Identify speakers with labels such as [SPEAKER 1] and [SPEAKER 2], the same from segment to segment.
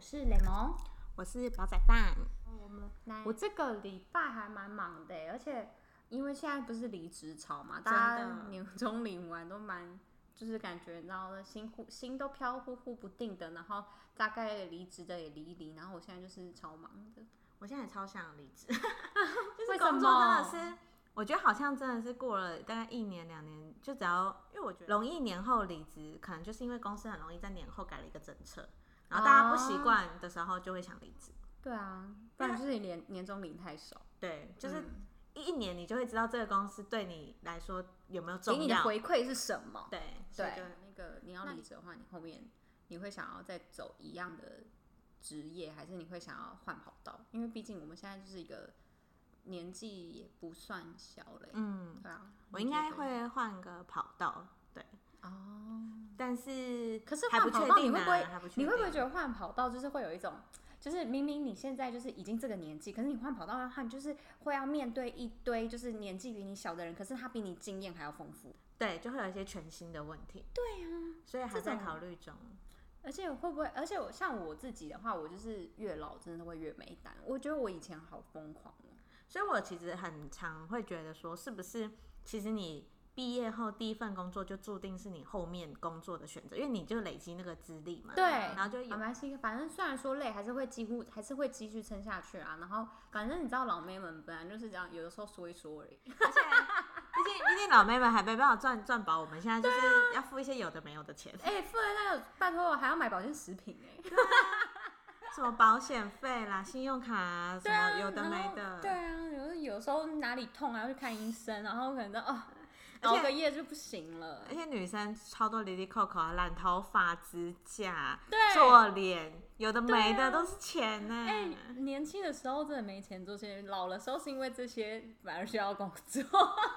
[SPEAKER 1] 是雷蒙。
[SPEAKER 2] 我是煲仔饭。
[SPEAKER 1] 我们来
[SPEAKER 3] 我这个礼拜还蛮忙的欸、而且因为现在不是离职潮嘛，
[SPEAKER 2] 真的
[SPEAKER 3] 大家年终领完都蛮，就是感觉你知道的，心忽心都飘忽忽不定的，然后大概离职的也离一离，然后我现在就是超忙的，
[SPEAKER 2] 我现在也超想离 职，
[SPEAKER 3] 为什
[SPEAKER 2] 工作真的
[SPEAKER 3] 么？
[SPEAKER 2] 是，我觉得好像真的是过了大概一年两年，就只要因为我觉得容易年后离职，可能就是因为公司很容易在年后改了一个政策，然后大家不习惯的时候就会想离职。
[SPEAKER 3] 对啊，不然就是你年年终领太少，
[SPEAKER 2] 对，就是
[SPEAKER 3] 嗯
[SPEAKER 2] 一一年你就会知道这个公司对你来说有没有
[SPEAKER 3] 给
[SPEAKER 2] 重
[SPEAKER 3] 你的
[SPEAKER 2] 要。
[SPEAKER 3] 回馈是什么？
[SPEAKER 2] 对所以
[SPEAKER 3] 对
[SPEAKER 2] 就，
[SPEAKER 3] 那个你要离职的话，你后面你会想要再走一样的职业，还是你会想要换跑道？因为毕竟我们现在就是一个年纪也不算小嘞、
[SPEAKER 2] 嗯，
[SPEAKER 3] 对啊，
[SPEAKER 2] 我
[SPEAKER 3] 你
[SPEAKER 2] 应
[SPEAKER 3] 觉
[SPEAKER 2] 该
[SPEAKER 3] 得
[SPEAKER 2] 会换个跑道，对，
[SPEAKER 3] 哦。
[SPEAKER 2] 但是
[SPEAKER 3] 可是
[SPEAKER 2] 还
[SPEAKER 3] 换
[SPEAKER 2] 不
[SPEAKER 3] 跑
[SPEAKER 2] 确
[SPEAKER 3] 道你
[SPEAKER 2] 定
[SPEAKER 3] 会
[SPEAKER 2] 啊
[SPEAKER 3] 不会
[SPEAKER 2] 还不确
[SPEAKER 3] 你会不会
[SPEAKER 2] 定
[SPEAKER 3] 觉得换跑道就是会有一种，就是明明你现在就是已经这个年纪，可是你换跑道的话，你就是会要面对一堆就是年纪比你小的人，可是他比你经验还要丰富。
[SPEAKER 2] 对，就会有一些全新的问题。对啊，所以还
[SPEAKER 3] 这
[SPEAKER 2] 在
[SPEAKER 3] 种
[SPEAKER 2] 考虑中。
[SPEAKER 3] 而且会不会？而且我像我自己的话，我就是越老真的会越没胆。我觉得我以前好疯狂哦。
[SPEAKER 2] 所以我其实很常会觉得说，是不是其实你毕业后第一份工作就注定是你后面工作的选择，因为你就累积那个资历嘛。
[SPEAKER 3] 对，
[SPEAKER 2] 然后就
[SPEAKER 3] 啊
[SPEAKER 2] 有
[SPEAKER 3] 没关系，反正虽然说累，还是会几乎还是会继续撑下去啊。然后反正你知道老妹们本来就是这样，有的时候说一说而已。
[SPEAKER 2] 毕竟毕竟老妹们还没办法赚赚饱，我们现在
[SPEAKER 3] 啊
[SPEAKER 2] 就是要付一些有的没有的钱，
[SPEAKER 3] 哎、付了那个拜托，我还要买保健食品哎、
[SPEAKER 2] 什么保险费啦、信用卡啊，什
[SPEAKER 3] 对啊，
[SPEAKER 2] 么有的
[SPEAKER 3] 然
[SPEAKER 2] 没
[SPEAKER 3] 后
[SPEAKER 2] 的。
[SPEAKER 3] 对啊，有的有时候哪里痛啊，要去看医生，然后可能哦，
[SPEAKER 2] 而且哎
[SPEAKER 3] 熬个夜就不行了
[SPEAKER 2] 而。且女生超多里里扣扣啊，染头发、指甲、
[SPEAKER 3] 对
[SPEAKER 2] 做脸，有的没
[SPEAKER 3] 对
[SPEAKER 2] 的
[SPEAKER 3] 啊
[SPEAKER 2] 都是钱呢、
[SPEAKER 3] 哎、年轻的时候真的没钱做这些，老的时候是因为这些反而需要工作。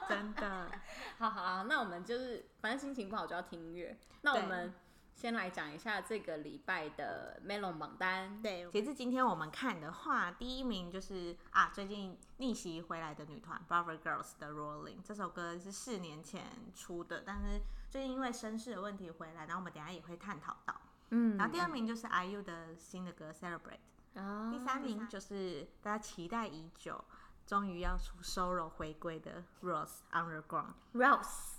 [SPEAKER 2] 真 的。
[SPEAKER 3] 好好好，那我们就是反正心情不好就要听音乐。那我们先来讲一下这个礼拜的 Melon 榜单。
[SPEAKER 2] 对，截至今天我们看的话，第一名就是啊，最近逆袭回来的女团 Bravo Girls 的 Rolling 这首歌是四年前出的，但是最近因为身世的问题回来，然后我们等一下也会探讨到。
[SPEAKER 3] 嗯
[SPEAKER 2] 然后第二名就是 IU 的新的歌 Celebrate，、
[SPEAKER 3] 啊
[SPEAKER 2] 第三名就是大家期待已久，终于要出收容回归的 Rose Underground。
[SPEAKER 3] Rose，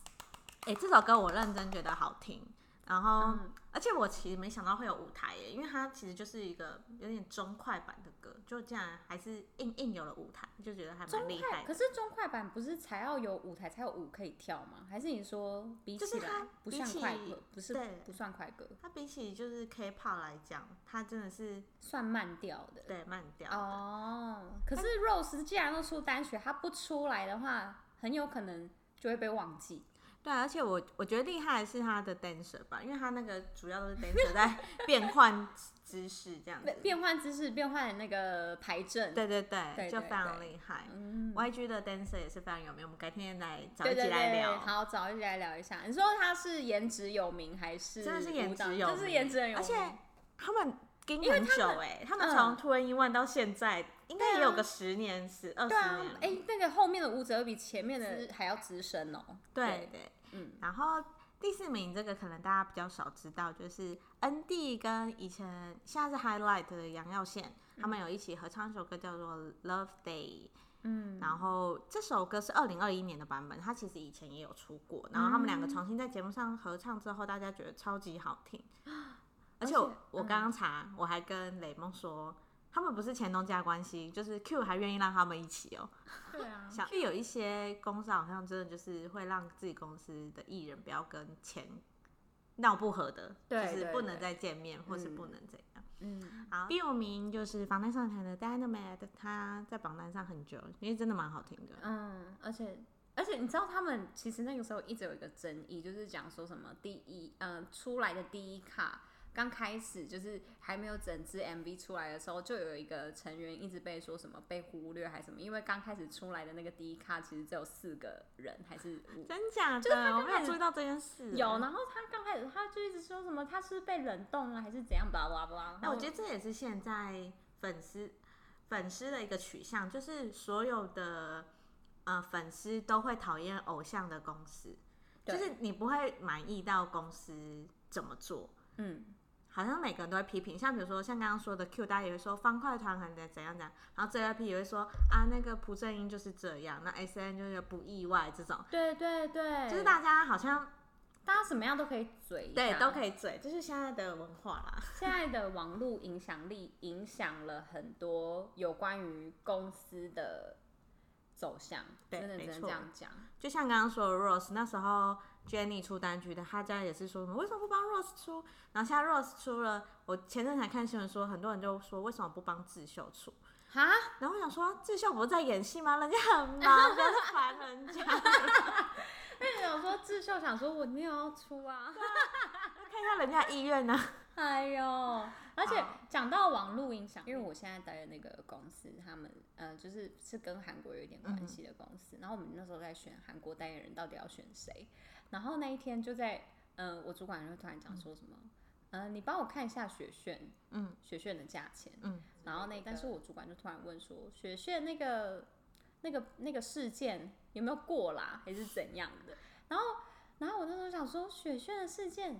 [SPEAKER 2] 哎、这首歌我认真觉得好听，然后、
[SPEAKER 3] 嗯
[SPEAKER 2] 而且我其实没想到会有舞台耶，因为它其实就是一个有点中快板的歌，就这样还是硬硬有了舞台，就觉得还蛮
[SPEAKER 3] 中
[SPEAKER 2] 厉
[SPEAKER 3] 快，
[SPEAKER 2] 害
[SPEAKER 3] 可
[SPEAKER 2] 的。
[SPEAKER 3] 是中快板不是才要有舞台才有舞可以跳吗？还是你说比
[SPEAKER 2] 就是
[SPEAKER 3] 起来
[SPEAKER 2] 它
[SPEAKER 3] 不
[SPEAKER 2] 比
[SPEAKER 3] 像
[SPEAKER 2] 起
[SPEAKER 3] 快歌，不是
[SPEAKER 2] 对
[SPEAKER 3] 不算快歌，
[SPEAKER 2] 它比起就是 K-pop 来讲，它真的是
[SPEAKER 3] 算慢调的。
[SPEAKER 2] 对慢调的
[SPEAKER 3] 哦，可是 Rose 既然都出单曲，她不出来的话，很有可能就会被忘记。
[SPEAKER 2] 对，啊而且我我觉得厉害的是它的 dancer 吧，因为它那个主要都是 dancer 在变换姿势这样子
[SPEAKER 3] 变。变换姿势，变换那个牌阵。
[SPEAKER 2] 对对
[SPEAKER 3] 对
[SPEAKER 2] 对，就
[SPEAKER 3] 对
[SPEAKER 2] 非常
[SPEAKER 3] 对
[SPEAKER 2] 厉害。
[SPEAKER 3] 嗯，
[SPEAKER 2] YG 的 dancer 也是非常有名，我们改天来找
[SPEAKER 3] 对
[SPEAKER 2] 一
[SPEAKER 3] 对
[SPEAKER 2] 起来
[SPEAKER 3] 对，
[SPEAKER 2] 聊。
[SPEAKER 3] 好，找一起来聊一下。你说他是颜值有名还是
[SPEAKER 2] 真的是颜
[SPEAKER 3] 舞蹈
[SPEAKER 2] 值有
[SPEAKER 3] 真
[SPEAKER 2] 名，
[SPEAKER 3] 是颜值很有名，
[SPEAKER 2] 而且他们跟很久哎、他们
[SPEAKER 3] 嗯
[SPEAKER 2] 从
[SPEAKER 3] 啊
[SPEAKER 2] 突然一万到现在，应该也有个十年、十二十
[SPEAKER 3] 对啊
[SPEAKER 2] 年，了。
[SPEAKER 3] 哎、那个后面的舞者比前面的还要资深哦。
[SPEAKER 2] 对，对，
[SPEAKER 3] 嗯，
[SPEAKER 2] 然后第四名这个可能大家比较少知道，就是 N D 跟以前现在是 Highlight 的杨耀宪，他们有一起合唱一首歌叫做《Love Day》。
[SPEAKER 3] 嗯，
[SPEAKER 2] 然后这首歌是二零二一年的版本，它其实以前也有出过。然后他们两个重新在节目上合唱之后，大家觉得超级好听。而且嗯
[SPEAKER 3] 而
[SPEAKER 2] 我
[SPEAKER 3] 且
[SPEAKER 2] 我刚刚查，我还跟雷梦说，他们不是前东家关系，就是 Q 还愿意让他们一起哦。
[SPEAKER 3] 对啊，
[SPEAKER 2] 想因为有一些公司好像真的就是会让自己公司的艺人不要跟钱闹不和的，
[SPEAKER 3] 对
[SPEAKER 2] 就是
[SPEAKER 3] 对
[SPEAKER 2] 不能
[SPEAKER 3] 对
[SPEAKER 2] 再见面，或是
[SPEAKER 3] 嗯
[SPEAKER 2] 不能这样。
[SPEAKER 3] 嗯，
[SPEAKER 2] 好，第五名就是防弹上台的 Dynamite，他在榜单上很久，因为真的蛮好听的。
[SPEAKER 3] 嗯，而且而且你知道他们其实那个时候一直有一个争议，就是讲说什么第一呃出来的第一卡。刚开始就是还没有整支 MV 出来的时候，就有一个成员一直被说什么被忽略还是什么，因为刚开始出来的那个第一卡其实只有四个人还是五
[SPEAKER 2] 真假
[SPEAKER 3] 就是他
[SPEAKER 2] 的？我
[SPEAKER 3] 刚
[SPEAKER 2] 没
[SPEAKER 3] 开
[SPEAKER 2] 有
[SPEAKER 3] 始
[SPEAKER 2] 注意到这件事。
[SPEAKER 3] 有，然后他刚开始他就一直说什么他是被冷冻了还是怎样，巴拉巴拉巴拉。
[SPEAKER 2] 那哎我觉
[SPEAKER 3] 得
[SPEAKER 2] 得这也是现在粉丝粉丝的一个取向，就是所有的呃粉丝都会讨厌偶像的公司，就
[SPEAKER 3] 对
[SPEAKER 2] 是你不会满意到公司怎么做，
[SPEAKER 3] 嗯，
[SPEAKER 2] 好像每个人都会批评，像比如说像刚刚说的 Q，大家也会说方块团很怎样怎样，然后 JYP 也会说啊那个朴正英就是这样，那 SN 就是不意外这种，
[SPEAKER 3] 对对对，
[SPEAKER 2] 就是大家好像
[SPEAKER 3] 大家什么样都可以嘴一
[SPEAKER 2] 对
[SPEAKER 3] 下
[SPEAKER 2] 都可以嘴，这是现在的文化啦。
[SPEAKER 3] 现在的网络影响力影响了很多有关于公司的走向，
[SPEAKER 2] 对
[SPEAKER 3] 真的只
[SPEAKER 2] 没
[SPEAKER 3] 能
[SPEAKER 2] 错
[SPEAKER 3] 这样讲。
[SPEAKER 2] 就像刚刚说的 Rose，那时候 Jenny 出单曲的，大家也是说什么为什么不帮 Rose 出？然后现在 Rose 出了，我前阵才看新闻说，很多人就说为什么不帮智秀出？
[SPEAKER 3] 哈，
[SPEAKER 2] 然后我想说，智秀不是在演戏吗？人家很 忙，不要再烦人家。
[SPEAKER 3] 那想说智秀想说我没有要出啊，
[SPEAKER 2] 看一下人家意愿呢、啊
[SPEAKER 3] 哎呦！而且
[SPEAKER 2] 好
[SPEAKER 3] 讲到网络影响，因为我现在待的那个公司，他们呃就是是跟韩国有一点关系的公司，然后我们那时候在选韩国代言人到底要选谁，然后那一天就在呃我主管就突然讲说什么，呃你帮我看一下雪炫，
[SPEAKER 2] 嗯，
[SPEAKER 3] 雪炫的价钱，
[SPEAKER 2] 嗯，
[SPEAKER 3] 然后那但是我主管就突然问说雪炫那个那个那个事件有没有过啦，还是怎样的？然后然后我那时候想说雪炫的事件。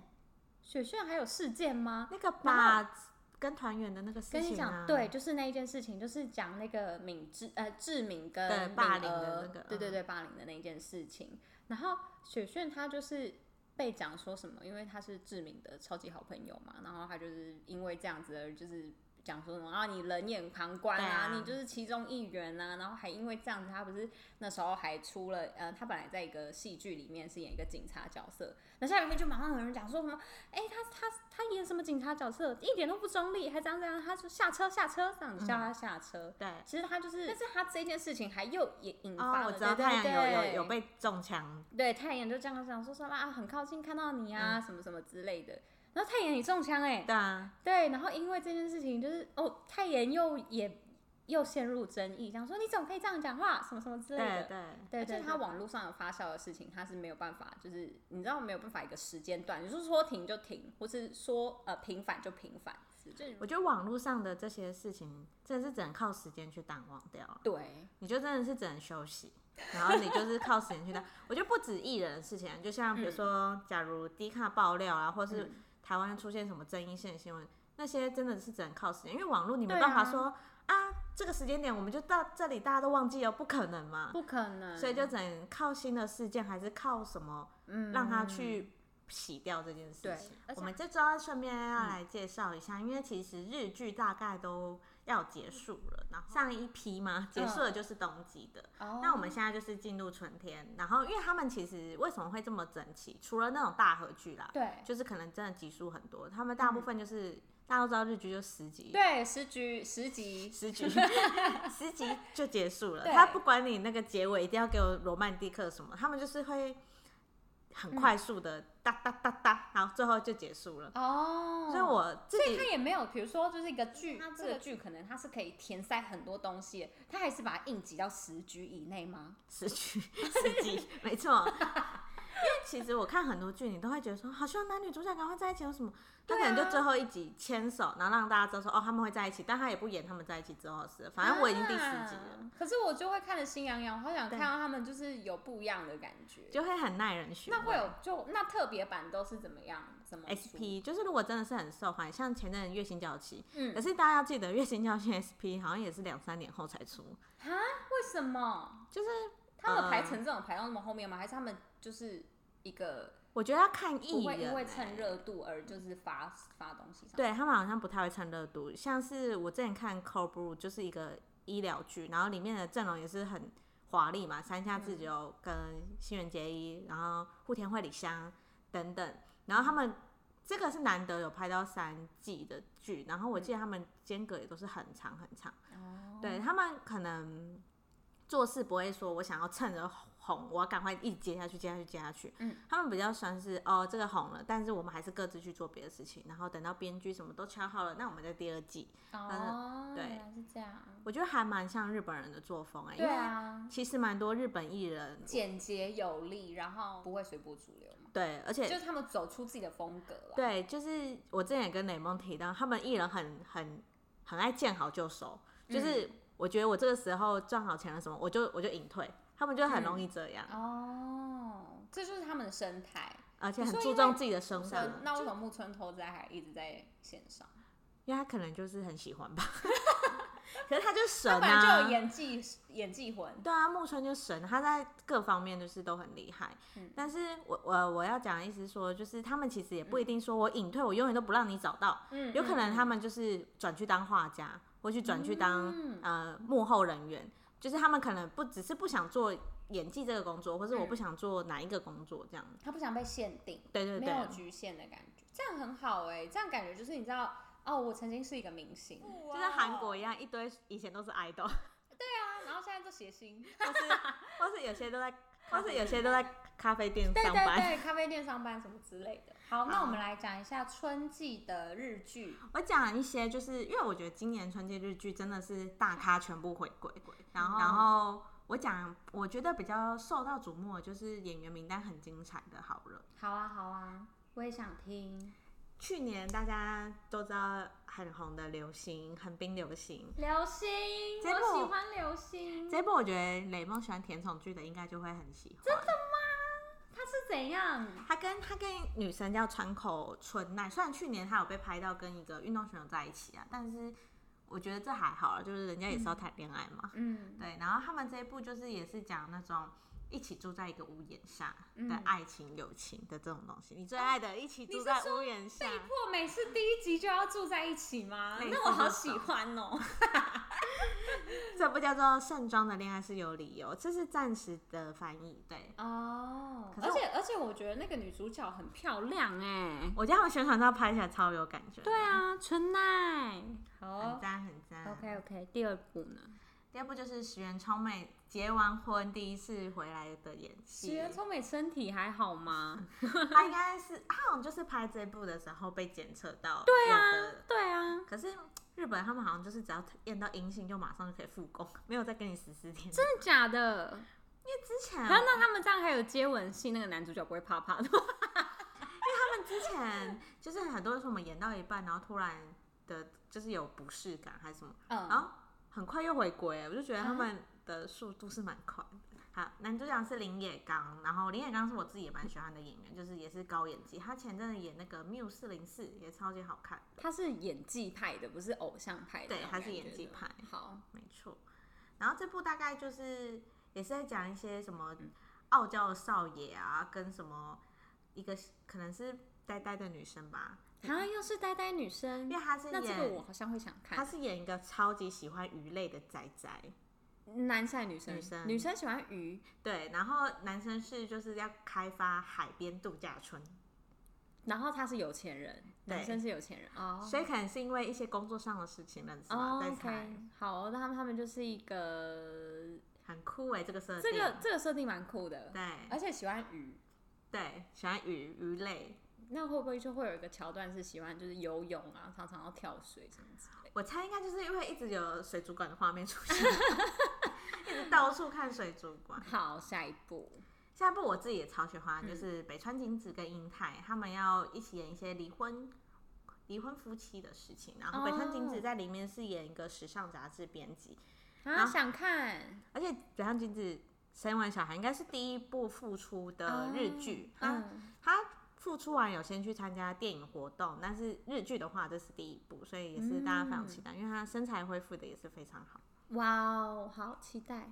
[SPEAKER 3] 雪炫还有事件吗？
[SPEAKER 2] 那个吧，跟团员的那个事情、
[SPEAKER 3] 跟
[SPEAKER 2] 啊、
[SPEAKER 3] 你讲，对，就是那一件事情，就是讲那个敏智呃志敏跟
[SPEAKER 2] 对
[SPEAKER 3] 敏
[SPEAKER 2] 霸凌的
[SPEAKER 3] 儿
[SPEAKER 2] 那个
[SPEAKER 3] 对对
[SPEAKER 2] 嗯
[SPEAKER 3] 对，霸凌的那一件事情。然后雪炫她就是被讲说什么，因为她是志敏的超级好朋友嘛，然后她就是因为这样子而就是。讲说什么啊？你冷眼旁观
[SPEAKER 2] 对
[SPEAKER 3] 啊，
[SPEAKER 2] 啊
[SPEAKER 3] 你就是其中一员啊，然后还因为这样子，她不是那时候还出了呃，她本来在一个戏剧里面是演一个警察角色，那下面就马上有人讲说什么哎、他他他演什么警察角色，一点都不中立，还这样这样，他说下车下车，这样子叫他下车。
[SPEAKER 2] 对。
[SPEAKER 3] 其实他就是，嗯但是他这件事情还又也引
[SPEAKER 2] 哦
[SPEAKER 3] 嗯发，了，
[SPEAKER 2] 我知道
[SPEAKER 3] 对
[SPEAKER 2] 太阳有
[SPEAKER 3] 对
[SPEAKER 2] 有有被中枪，
[SPEAKER 3] 对太阳就这样讲说什么啊，很靠近看到你啊，什么什么之类的。然后太阳也中枪哎、
[SPEAKER 2] 对啊，
[SPEAKER 3] 对，然后因为这件事情就是哦，太阳又也又陷入争议，讲说你怎么可以这样讲话，什么什么之
[SPEAKER 2] 对
[SPEAKER 3] 类的。对，
[SPEAKER 2] 对而
[SPEAKER 3] 就是
[SPEAKER 2] 且
[SPEAKER 3] 他网络上有发酵的事情，他是没有办法，就是你知道没有办法一个时间段，你就是说停就停，或是说呃平反就平反，是就
[SPEAKER 2] 我觉得网络上的这些事情，真的是只能靠时间去淡忘掉了。
[SPEAKER 3] 对
[SPEAKER 2] 你就真的是只能休息，然后你就是靠时间去打。我觉得不止艺人的事情啊，就像
[SPEAKER 3] 嗯
[SPEAKER 2] 比如说，假如低卡爆料啊，或是台湾出现什么争议性的新闻，那些真的是只能靠时间，因为网络你没
[SPEAKER 3] 对啊
[SPEAKER 2] 办法说啊这个时间点我们就到这里，大家都忘记了，不可能嘛。
[SPEAKER 3] 不可能，
[SPEAKER 2] 所以就只能靠新的事件，还是靠什么
[SPEAKER 3] 嗯
[SPEAKER 2] 让他去洗掉这件事
[SPEAKER 3] 对
[SPEAKER 2] 情。
[SPEAKER 3] 而且嗯
[SPEAKER 2] 我们这周要顺便要来介绍一下，因为其实日剧大概都要结束了，然后上一批嘛结束了就是冬季的。
[SPEAKER 3] 嗯哦
[SPEAKER 2] 那我们现在就是进入春天，然后因为他们其实为什么会这么整齐？除了那种大合剧啦，
[SPEAKER 3] 对嗯
[SPEAKER 2] 就是可能真的集数很多，他们大部分就是、大家都知道日剧就十集，
[SPEAKER 3] 对十局十集
[SPEAKER 2] 十集，十集就结束了。
[SPEAKER 3] 对
[SPEAKER 2] 他不管你那个结尾一定要给我罗曼蒂克什么，他们就是会很
[SPEAKER 3] 嗯
[SPEAKER 2] 快速的哒哒哒哒，然后最后就结束了。
[SPEAKER 3] 哦，
[SPEAKER 2] 所以我自
[SPEAKER 3] 所以
[SPEAKER 2] 己哦
[SPEAKER 3] 他也没有，比如说就是一个剧
[SPEAKER 2] 它，
[SPEAKER 3] 这
[SPEAKER 2] 这个
[SPEAKER 3] 个剧可能它是可以填塞很多东西的，他还是把它硬挤到十局以内吗？
[SPEAKER 2] 十 集十集，没错。 因为其实我看很多剧，你都会觉得说，好希望男女主角赶快在一起，有什么？他可能
[SPEAKER 3] 对啊
[SPEAKER 2] 就最后一集牵手，然后让大家知道说，哦，他们会在一起，但他也不演他们在一起之后的事。反正我已经第十集了，
[SPEAKER 3] 啊可是我就会看得心痒痒，我好想
[SPEAKER 2] 对
[SPEAKER 3] 看到他们就是有不一样的感觉。
[SPEAKER 2] 就会很耐人寻味。
[SPEAKER 3] 那会有就那特别版都是怎么样？怎么出
[SPEAKER 2] SP，就是如果真的是很受欢迎，像前阵子月薪娇妻，
[SPEAKER 3] 嗯
[SPEAKER 2] 可是大家要记得月薪娇妻 SP 好像也是两三年后才出，
[SPEAKER 3] 啊？为什么
[SPEAKER 2] 就是
[SPEAKER 3] 他们
[SPEAKER 2] 呃
[SPEAKER 3] 排成这种排到那么后面吗？还是他们就是一个
[SPEAKER 2] 我觉得要看
[SPEAKER 3] 不
[SPEAKER 2] 艺
[SPEAKER 3] 会
[SPEAKER 2] 人、
[SPEAKER 3] 因为
[SPEAKER 2] 欸
[SPEAKER 3] 趁热度而就是发发东西上？
[SPEAKER 2] 对他们好像不太会蹭热度，像是我之前看《Cold Brew》就是一个医疗剧，然后里面的阵容也是很华丽嘛，山下智久跟新垣结衣，然后户田惠里香等等，然后他们这个是难得有拍到三季的剧，然后我记得他们间隔也都是很长很长，
[SPEAKER 3] 哦，
[SPEAKER 2] 对他们可能做事不会说我想要趁着红，我要赶快一直接下去，接下去，接下去。
[SPEAKER 3] 嗯，
[SPEAKER 2] 他们比较算是哦，这个红了，但是我们还是各自去做别的事情，然后等到编剧什么都敲好了，那我们在第二季。
[SPEAKER 3] 哦，
[SPEAKER 2] 对
[SPEAKER 3] 原来是这样。
[SPEAKER 2] 我觉得还蛮像日本人的作风哎、
[SPEAKER 3] 对啊
[SPEAKER 2] 因为，其实蛮多日本艺人
[SPEAKER 3] 简洁有力，然后不会随波逐流嘛，
[SPEAKER 2] 对，而且
[SPEAKER 3] 就是他们走出自己的风格了。
[SPEAKER 2] 对，就是我之前也跟雷蒙提到，他们艺人很很很爱见好就收，
[SPEAKER 3] 嗯
[SPEAKER 2] 就是我觉得我这个时候赚好钱了什么，
[SPEAKER 3] 嗯
[SPEAKER 2] 我就我就隐退，他们就很容易这样。
[SPEAKER 3] 哦，这就是他们的生态。
[SPEAKER 2] 而且
[SPEAKER 3] 你
[SPEAKER 2] 很
[SPEAKER 3] 说
[SPEAKER 2] 注
[SPEAKER 3] 因
[SPEAKER 2] 重
[SPEAKER 3] 为
[SPEAKER 2] 自己的生活。
[SPEAKER 3] 那为什么木村拓哉还一直在线上？
[SPEAKER 2] 因为他可能就是很喜 欢吧。可是他就是神
[SPEAKER 3] 他本来就有
[SPEAKER 2] 啊，
[SPEAKER 3] 演技演技魂，
[SPEAKER 2] 对啊，木村就神，他在各方面就是都很厉害。
[SPEAKER 3] 嗯
[SPEAKER 2] 但是我我我要讲的意思是说，就是他们其实也不一定说我隐退，我永远都不让你找到，
[SPEAKER 3] 嗯
[SPEAKER 2] 有可能他们就是转去当画家，或去转去当、
[SPEAKER 3] 嗯
[SPEAKER 2] 呃幕后人员，就是他们可能不只是不想做演技这个工作，或是我不
[SPEAKER 3] 嗯
[SPEAKER 2] 想做哪一个工作这样。
[SPEAKER 3] 他不想被限定，
[SPEAKER 2] 对对
[SPEAKER 3] 没有
[SPEAKER 2] 对，
[SPEAKER 3] 局限的感觉，这样很好哎、这样感觉就是你知道哦，我曾经是一个明星，
[SPEAKER 2] 就像韩国一样，一堆以前都 是 idol，
[SPEAKER 3] 对啊，然后现在做谐星，
[SPEAKER 2] 或是或是有些都在，或是有些都在咖啡店
[SPEAKER 3] 对
[SPEAKER 2] 上
[SPEAKER 3] 对
[SPEAKER 2] 班。
[SPEAKER 3] 对，咖啡店上班什么之类的。好，那我们来讲一下春季的日剧，
[SPEAKER 2] 我讲一些，就是因为我觉得今年春季日剧真的是大咖全部回归，然后然后我讲，我觉得比较受到瞩目的就是演员名单很精彩的，好了。
[SPEAKER 3] 好啊好啊，我也想听
[SPEAKER 2] 去年大家都知道很红的流星，横滨流星。
[SPEAKER 3] 流星，
[SPEAKER 2] 结果
[SPEAKER 3] 我喜欢流星，
[SPEAKER 2] 这一部我觉得雷梦喜欢甜宠剧的，应该就会很喜欢。真的，
[SPEAKER 3] 它是怎样？
[SPEAKER 2] 他跟他跟女生叫川口春奈，虽然去年他有被拍到跟一个运动选手在一起啊，但是我觉得这还好啊，就是人家也是要谈恋爱嘛。
[SPEAKER 3] 嗯
[SPEAKER 2] 对，然后他们这一部就是也是讲那种一起住在一个屋檐下的
[SPEAKER 3] 嗯哦
[SPEAKER 2] 爱情、友情的这种东西。你最爱的一起
[SPEAKER 3] 你
[SPEAKER 2] 住
[SPEAKER 3] 是
[SPEAKER 2] 在
[SPEAKER 3] 说
[SPEAKER 2] 屋檐下，
[SPEAKER 3] 被迫每次第一集就要住在一起吗？
[SPEAKER 2] 类似
[SPEAKER 3] 那我好
[SPEAKER 2] 这种
[SPEAKER 3] 喜欢哦、
[SPEAKER 2] 这部叫做盛装的恋爱是有理由，这是暂时的翻译。对，
[SPEAKER 3] 哦，
[SPEAKER 2] 可是
[SPEAKER 3] 而
[SPEAKER 2] 我
[SPEAKER 3] 且而且我觉得那个女主角很漂亮哎、
[SPEAKER 2] 我觉得他们宣传照拍起来超有感觉。
[SPEAKER 3] 对，啊，春奈。好
[SPEAKER 2] 很
[SPEAKER 3] 哦、
[SPEAKER 2] 赞很赞。
[SPEAKER 3] OK OK，第二部呢？
[SPEAKER 2] 第二部就是石原聪美结完婚第一次回来的演
[SPEAKER 3] 石
[SPEAKER 2] 戏
[SPEAKER 3] 原，聪美身体还好吗？
[SPEAKER 2] 她应该是她好像就是拍这部的时候被检测到。
[SPEAKER 3] 对
[SPEAKER 2] 有
[SPEAKER 3] 啊
[SPEAKER 2] 的，
[SPEAKER 3] 对啊，
[SPEAKER 2] 可是日本他们好像就是只要验到阴性就马上就可以复工， 没有再跟你十四天。
[SPEAKER 3] 真的哦假的？
[SPEAKER 2] 之前
[SPEAKER 3] 可是那他们这样还有接吻戏，那个男主角不会怕怕的吗？
[SPEAKER 2] 之前就是很多人说我们演到一半，然后突然的就是有不适感还是什么。然
[SPEAKER 3] 嗯，
[SPEAKER 2] 后很快又回归，我就觉得他
[SPEAKER 3] 啊
[SPEAKER 2] 们的速度是蛮快的。好，男主角是林野刚，然后林野刚是我自己也蛮喜欢的演员，就是也是高演技。他前阵子演那个《缪四零四》也超级好看，
[SPEAKER 3] 他是演技派的，不是偶像派的那
[SPEAKER 2] 对
[SPEAKER 3] 种
[SPEAKER 2] 他
[SPEAKER 3] 感
[SPEAKER 2] 是
[SPEAKER 3] 觉的。
[SPEAKER 2] 演技派
[SPEAKER 3] 好，
[SPEAKER 2] 没错。然后这部大概就是也是在讲一些什么傲娇的少爷啊，跟什么一个可能是呆呆的女生吧，
[SPEAKER 3] 啊，又是呆呆女生
[SPEAKER 2] 因，为他是
[SPEAKER 3] 那这个
[SPEAKER 2] 演
[SPEAKER 3] 我好像会想看
[SPEAKER 2] 他。是演一个超级喜欢鱼类的仔仔。
[SPEAKER 3] 男生还是女生？
[SPEAKER 2] 女生
[SPEAKER 3] 女生喜欢鱼，
[SPEAKER 2] 对，然后男生是就是要开发海边度假村，
[SPEAKER 3] 然后他是有钱人，
[SPEAKER 2] 对
[SPEAKER 3] 男生是有钱人哦。
[SPEAKER 2] 所以可能是因为一些工作上的事情认识吧，
[SPEAKER 3] 哦
[SPEAKER 2] 在猜
[SPEAKER 3] ，OK，好，那他们他们就是一个
[SPEAKER 2] 很酷哎、这个设定，
[SPEAKER 3] 这个这个设定蛮酷的，
[SPEAKER 2] 对
[SPEAKER 3] 而且喜欢鱼，
[SPEAKER 2] 对，喜欢鱼鱼类。
[SPEAKER 3] 那会不会就会有一个桥段是喜欢就是游泳啊，常常要跳水什么之类的？
[SPEAKER 2] 我猜应该就是因为一直有水族馆的画面出现，一直到处看水族馆。
[SPEAKER 3] 好，下一步，
[SPEAKER 2] 下一部我自己也超喜
[SPEAKER 3] 嗯
[SPEAKER 2] 欢，就是北川景子跟英泰他们要一起演一些离婚。离婚夫妻的事情，然后北川景子
[SPEAKER 3] 哦
[SPEAKER 2] 在里面饰演一个时尚杂志编辑，
[SPEAKER 3] 啊，想看
[SPEAKER 2] 而且北上君子生完小孩应该是第一部复出的日剧，
[SPEAKER 3] 啊
[SPEAKER 2] 他
[SPEAKER 3] 嗯，
[SPEAKER 2] 他复出完有先去参加电影活动，但是日剧的话这是第一部，所以也是大家非常
[SPEAKER 3] 嗯
[SPEAKER 2] 期待，因为他身材恢复的也是非常好。
[SPEAKER 3] 哇哦，好期待，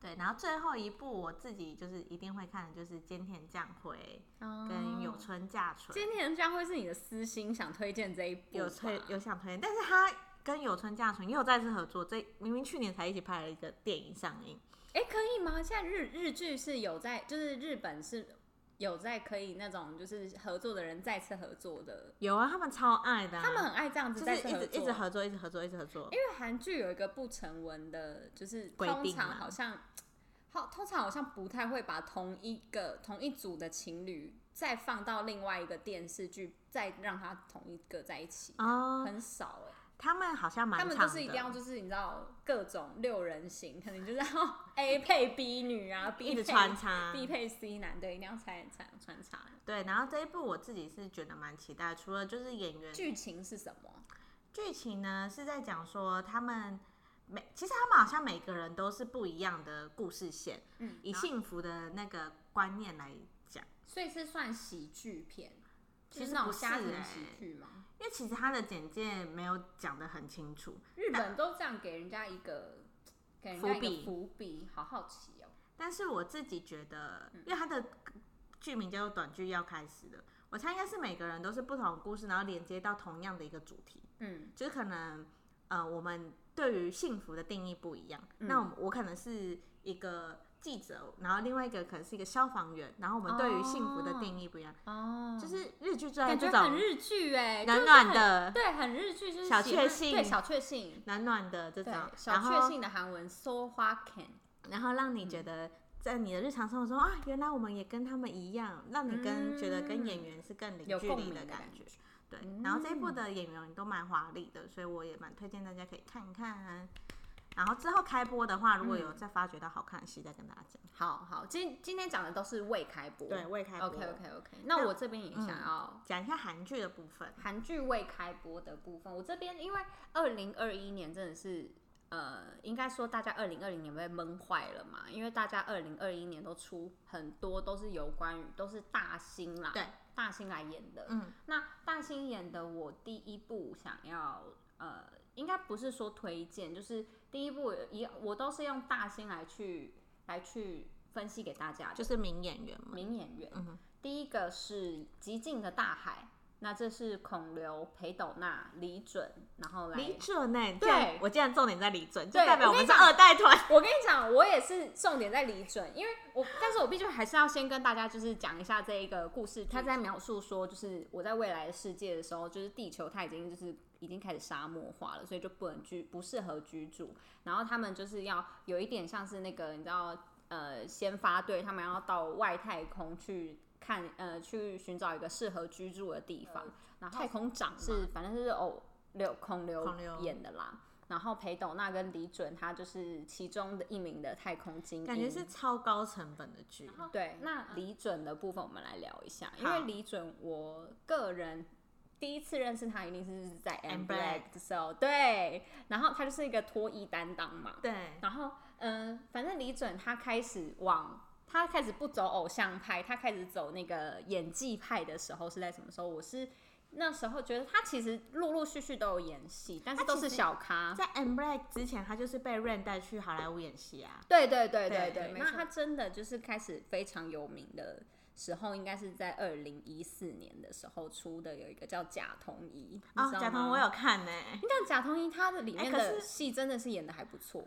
[SPEAKER 2] 对，然后最后一部我自己就是一定会看的就是菅田将晖
[SPEAKER 3] 哦
[SPEAKER 2] 跟有村架纯，
[SPEAKER 3] 今天将会是你的私心想推荐这一部吧，
[SPEAKER 2] 有推有想推荐，但是他跟有村架纯又再次合作，这明明去年才一起拍了一个电影上映，
[SPEAKER 3] 哎，可以吗？现在日日剧是有在，就是日本是有在可以那种就是合作的人再次合作的，
[SPEAKER 2] 有啊，他们超爱的啊、
[SPEAKER 3] 他们很爱这样子
[SPEAKER 2] 就
[SPEAKER 3] 再
[SPEAKER 2] 是
[SPEAKER 3] 次
[SPEAKER 2] 一
[SPEAKER 3] 合
[SPEAKER 2] 直
[SPEAKER 3] 作，啊
[SPEAKER 2] 一直合作，一直合作，一直合作。
[SPEAKER 3] 因为韩剧有一个不成文的，就是
[SPEAKER 2] 规
[SPEAKER 3] 通
[SPEAKER 2] 定
[SPEAKER 3] 常
[SPEAKER 2] 嘛
[SPEAKER 3] 好像，好通常好像不太会把同一个同一组的情侣再放到另外一个电视剧，再让他同一个在一起，
[SPEAKER 2] 哦，
[SPEAKER 3] 很少哎、
[SPEAKER 2] 他们好像蛮
[SPEAKER 3] 他
[SPEAKER 2] 长的，
[SPEAKER 3] 们就是一定要就是你知道各种六人行，可能就是要 A 配 B 女啊，B
[SPEAKER 2] 一直
[SPEAKER 3] 配
[SPEAKER 2] 穿插。
[SPEAKER 3] B 配 C 男，对，一定要穿穿穿插。
[SPEAKER 2] 对，然后这一部我自己是觉得蛮期待，除了就是演员
[SPEAKER 3] 剧情是什么？
[SPEAKER 2] 剧情呢，是在讲说他们每其实他们好像每个人都是不一样的故事线，
[SPEAKER 3] 嗯，
[SPEAKER 2] 以幸福的那个观念来讲，
[SPEAKER 3] 所以是算喜剧片，
[SPEAKER 2] 其
[SPEAKER 3] 是
[SPEAKER 2] 实
[SPEAKER 3] 那种
[SPEAKER 2] 不是
[SPEAKER 3] 家庭
[SPEAKER 2] 欸
[SPEAKER 3] 喜剧吗？
[SPEAKER 2] 因为其实他的简介没有讲得很清楚，
[SPEAKER 3] 日本都这样给人家一个给人家
[SPEAKER 2] 伏
[SPEAKER 3] 一
[SPEAKER 2] 笔
[SPEAKER 3] 个伏笔，好好奇哦。
[SPEAKER 2] 但是我自己觉得，
[SPEAKER 3] 嗯
[SPEAKER 2] 因为它的剧名叫做《短剧要开始了》，我猜应该是每个人都是不同的故事，然后连接到同样的一个主题，
[SPEAKER 3] 嗯，
[SPEAKER 2] 就是可能呃，我们对于幸福的定义不一样。
[SPEAKER 3] 嗯
[SPEAKER 2] 那我我可能是一个记者，然后另外一个可能是一个消防员，然后我们对于幸福的定义不一样。
[SPEAKER 3] 哦，
[SPEAKER 2] 就是日剧最爱
[SPEAKER 3] 感
[SPEAKER 2] 啊这
[SPEAKER 3] 觉很
[SPEAKER 2] 种
[SPEAKER 3] 日剧哎、就是
[SPEAKER 2] 暖暖
[SPEAKER 3] 很
[SPEAKER 2] 的、
[SPEAKER 3] 对，很日剧，就是
[SPEAKER 2] 小
[SPEAKER 3] 喜欢
[SPEAKER 2] 确幸
[SPEAKER 3] 对小确幸，
[SPEAKER 2] 暖暖的这
[SPEAKER 3] 对
[SPEAKER 2] 种，
[SPEAKER 3] 小
[SPEAKER 2] 然
[SPEAKER 3] 确
[SPEAKER 2] 后
[SPEAKER 3] 幸的韩文 so h a k e n
[SPEAKER 2] 然后让
[SPEAKER 3] 嗯
[SPEAKER 2] 你觉得在你的日常生活中啊，原来我们也跟他们一样，让你跟、
[SPEAKER 3] 嗯
[SPEAKER 2] 觉得跟演员是更零
[SPEAKER 3] 有
[SPEAKER 2] 距
[SPEAKER 3] 共
[SPEAKER 2] 离
[SPEAKER 3] 鸣的
[SPEAKER 2] 感
[SPEAKER 3] 感
[SPEAKER 2] 觉
[SPEAKER 3] 觉。
[SPEAKER 2] 对，
[SPEAKER 3] 嗯
[SPEAKER 2] 然后这一部的演员都蛮华丽的，所以我也蛮推荐大家可以看一看。然后之后开播的话，如果有
[SPEAKER 3] 嗯
[SPEAKER 2] 再发掘到好看的戏，再跟大家讲。
[SPEAKER 3] 好好，今今天讲的都是未开播，
[SPEAKER 2] 对，未开播。嗯
[SPEAKER 3] ，OK OK OK，那我这边也想要
[SPEAKER 2] 讲一下韩剧的部分，
[SPEAKER 3] 韩剧未开播的部分，我这边因为二零二一年真的是。呃，应该说大家二零二零年被闷坏了嘛，因为大家二零二一年都出很多都是有关于都是大星啦，
[SPEAKER 2] 对，
[SPEAKER 3] 大星来演的，
[SPEAKER 2] 嗯，
[SPEAKER 3] 那大星演的我第一部想要呃，应该不是说推荐，就是第一部也我都是用大星来去来去分析给大家的
[SPEAKER 2] 就是名演员嘛。
[SPEAKER 3] 名演员。
[SPEAKER 2] 嗯哼
[SPEAKER 3] 第一个是《极尽的大海》，那这是孔刘、裴斗娜、李准，然后来
[SPEAKER 2] 李准呢、
[SPEAKER 3] 对
[SPEAKER 2] 这样我竟然重点在李准，就
[SPEAKER 3] 对
[SPEAKER 2] 代表我
[SPEAKER 3] 我跟你
[SPEAKER 2] 们是
[SPEAKER 3] 讲
[SPEAKER 2] 二代团。
[SPEAKER 3] 我跟你讲，我也是重点在李准，因为我，但是我必须还是要先跟大家就是讲一下这一个故事。他在描述说，就是我在未来的世界的时候，就是地球它已经就是已经开始沙漠化了，所以就不能居不适合居住。然后他们就是要有一点像是那个你知道呃先发队，他们要到外太空去。看，呃，去寻找一个适合居住的地方。然后太空长是，反正是偶刘孔刘
[SPEAKER 2] 孔刘
[SPEAKER 3] 演的啦。然后裴斗娜跟李准，他就是其中的一名的太空精英。
[SPEAKER 2] 感觉是嗯超高成本的剧，
[SPEAKER 3] 对。那李准的部分，我们来聊一下，因
[SPEAKER 2] 好
[SPEAKER 3] 为李准，我个人第一次认识他，一定是在 M
[SPEAKER 2] Black
[SPEAKER 3] Black 的时候，对。然后他就是一个脱衣担当嘛，
[SPEAKER 2] 对，
[SPEAKER 3] 然后，嗯、反正李准他开始往他开始不走偶像派，他开始走那个演技派的时候是在什么时候？我是那时候觉得他其实陆陆续续都有演戏，但是
[SPEAKER 2] 他
[SPEAKER 3] 都
[SPEAKER 2] 其
[SPEAKER 3] 是
[SPEAKER 2] 实
[SPEAKER 3] 小咖。
[SPEAKER 2] 在 M Black 之前，他就是被 Rain 带去好莱坞演戏啊。
[SPEAKER 3] 对对对
[SPEAKER 2] 对
[SPEAKER 3] 对
[SPEAKER 2] 对
[SPEAKER 3] 对，
[SPEAKER 2] 没
[SPEAKER 3] 那
[SPEAKER 2] 错
[SPEAKER 3] 他真的就是开始非常有名的时候，应该是在二零一四年的时候出的有一个叫《假同一》，你
[SPEAKER 2] 哦
[SPEAKER 3] 知，道
[SPEAKER 2] 贾
[SPEAKER 3] 吗
[SPEAKER 2] 彤我，有看呢、
[SPEAKER 3] 但《假同一》它的里
[SPEAKER 2] 哎
[SPEAKER 3] 面
[SPEAKER 2] 可
[SPEAKER 3] 的
[SPEAKER 2] 是
[SPEAKER 3] 戏真的是演的还不错。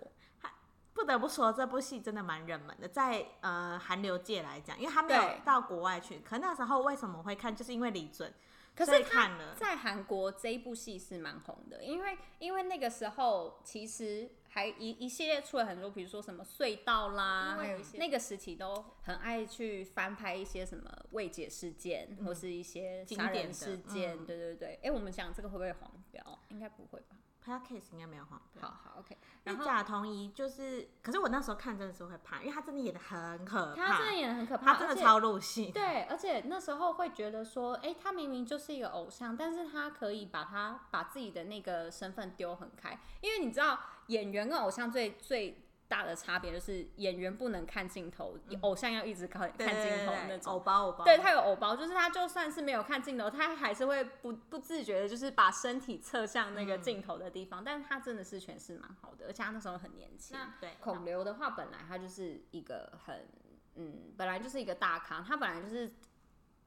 [SPEAKER 2] 不得不说，这部戏真的蛮热门的，在呃韩流界来讲，因为他没有
[SPEAKER 3] 对
[SPEAKER 2] 到国外去。可那时候为什么会看，就是因为李准，
[SPEAKER 3] 可
[SPEAKER 2] 所
[SPEAKER 3] 是
[SPEAKER 2] 以
[SPEAKER 3] 他
[SPEAKER 2] 看了
[SPEAKER 3] 在韩国这一部戏是蛮红的，因为因为那个时候其实还一一系列出了很多，比如说什么隧道啦，
[SPEAKER 2] 因为有一些
[SPEAKER 3] 那个时期都很爱去翻拍一些什么未解事件、或是一些杀人事
[SPEAKER 2] 嗯经典
[SPEAKER 3] 件，
[SPEAKER 2] 的嗯
[SPEAKER 3] 对对对。哎、我们讲这个会不会黄标？应该不会吧？
[SPEAKER 2] Parkes 应该没有黄标。
[SPEAKER 3] 好好，OK。
[SPEAKER 2] 那
[SPEAKER 3] 然后
[SPEAKER 2] 贾彤怡就是，可是我那时候看真的是会怕，因为他真的演的很可怕，
[SPEAKER 3] 他真的演的很可怕，
[SPEAKER 2] 他真的
[SPEAKER 3] 而且
[SPEAKER 2] 超入戏。
[SPEAKER 3] 对，而且那时候会觉得说，哎、他明明就是一个偶像，但是他可以把他把自己的那个身份丢很开，因为你知道演员跟偶像最最大的差别就是演员不能看镜头，偶像要一直看
[SPEAKER 2] 嗯对
[SPEAKER 3] 看镜头
[SPEAKER 2] 对对
[SPEAKER 3] 那
[SPEAKER 2] 偶
[SPEAKER 3] 种。
[SPEAKER 2] 包偶包，
[SPEAKER 3] 对他有偶包，就是他就算是没有看镜头，他还是会不不自觉的，就是把身体侧向那个镜头的地方。但是他真的是诠释蛮好的，而且他那时候很年轻。
[SPEAKER 2] 对
[SPEAKER 3] 孔刘的话，本来他就是一个很嗯，本来就是一个大咖，他本来就是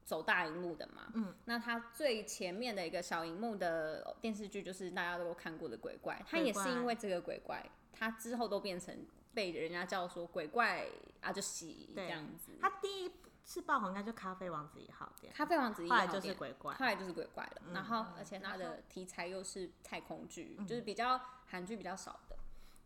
[SPEAKER 3] 走大荧幕的嘛。
[SPEAKER 2] 嗯，
[SPEAKER 3] 那他最前面的一个小荧幕的电视剧，就是大家都看过的《鬼怪》，他
[SPEAKER 2] 鬼
[SPEAKER 3] 也是
[SPEAKER 2] 怪
[SPEAKER 3] 因为这个《鬼怪》，他之后都变成被人家叫说“鬼怪”啊，就洗
[SPEAKER 2] 对
[SPEAKER 3] 这样子。
[SPEAKER 2] 他第一次爆红应该就《咖啡王子一号店
[SPEAKER 3] 咖啡王子》，一
[SPEAKER 2] 后来
[SPEAKER 3] 号
[SPEAKER 2] 就是
[SPEAKER 3] 店
[SPEAKER 2] 《鬼怪》。
[SPEAKER 3] 后来就是鬼怪了。
[SPEAKER 2] 嗯
[SPEAKER 3] 然后
[SPEAKER 2] 嗯，
[SPEAKER 3] 而且
[SPEAKER 2] 然
[SPEAKER 3] 它
[SPEAKER 2] 后嗯
[SPEAKER 3] 的题材又是太空剧，就是比较韩剧比较少的。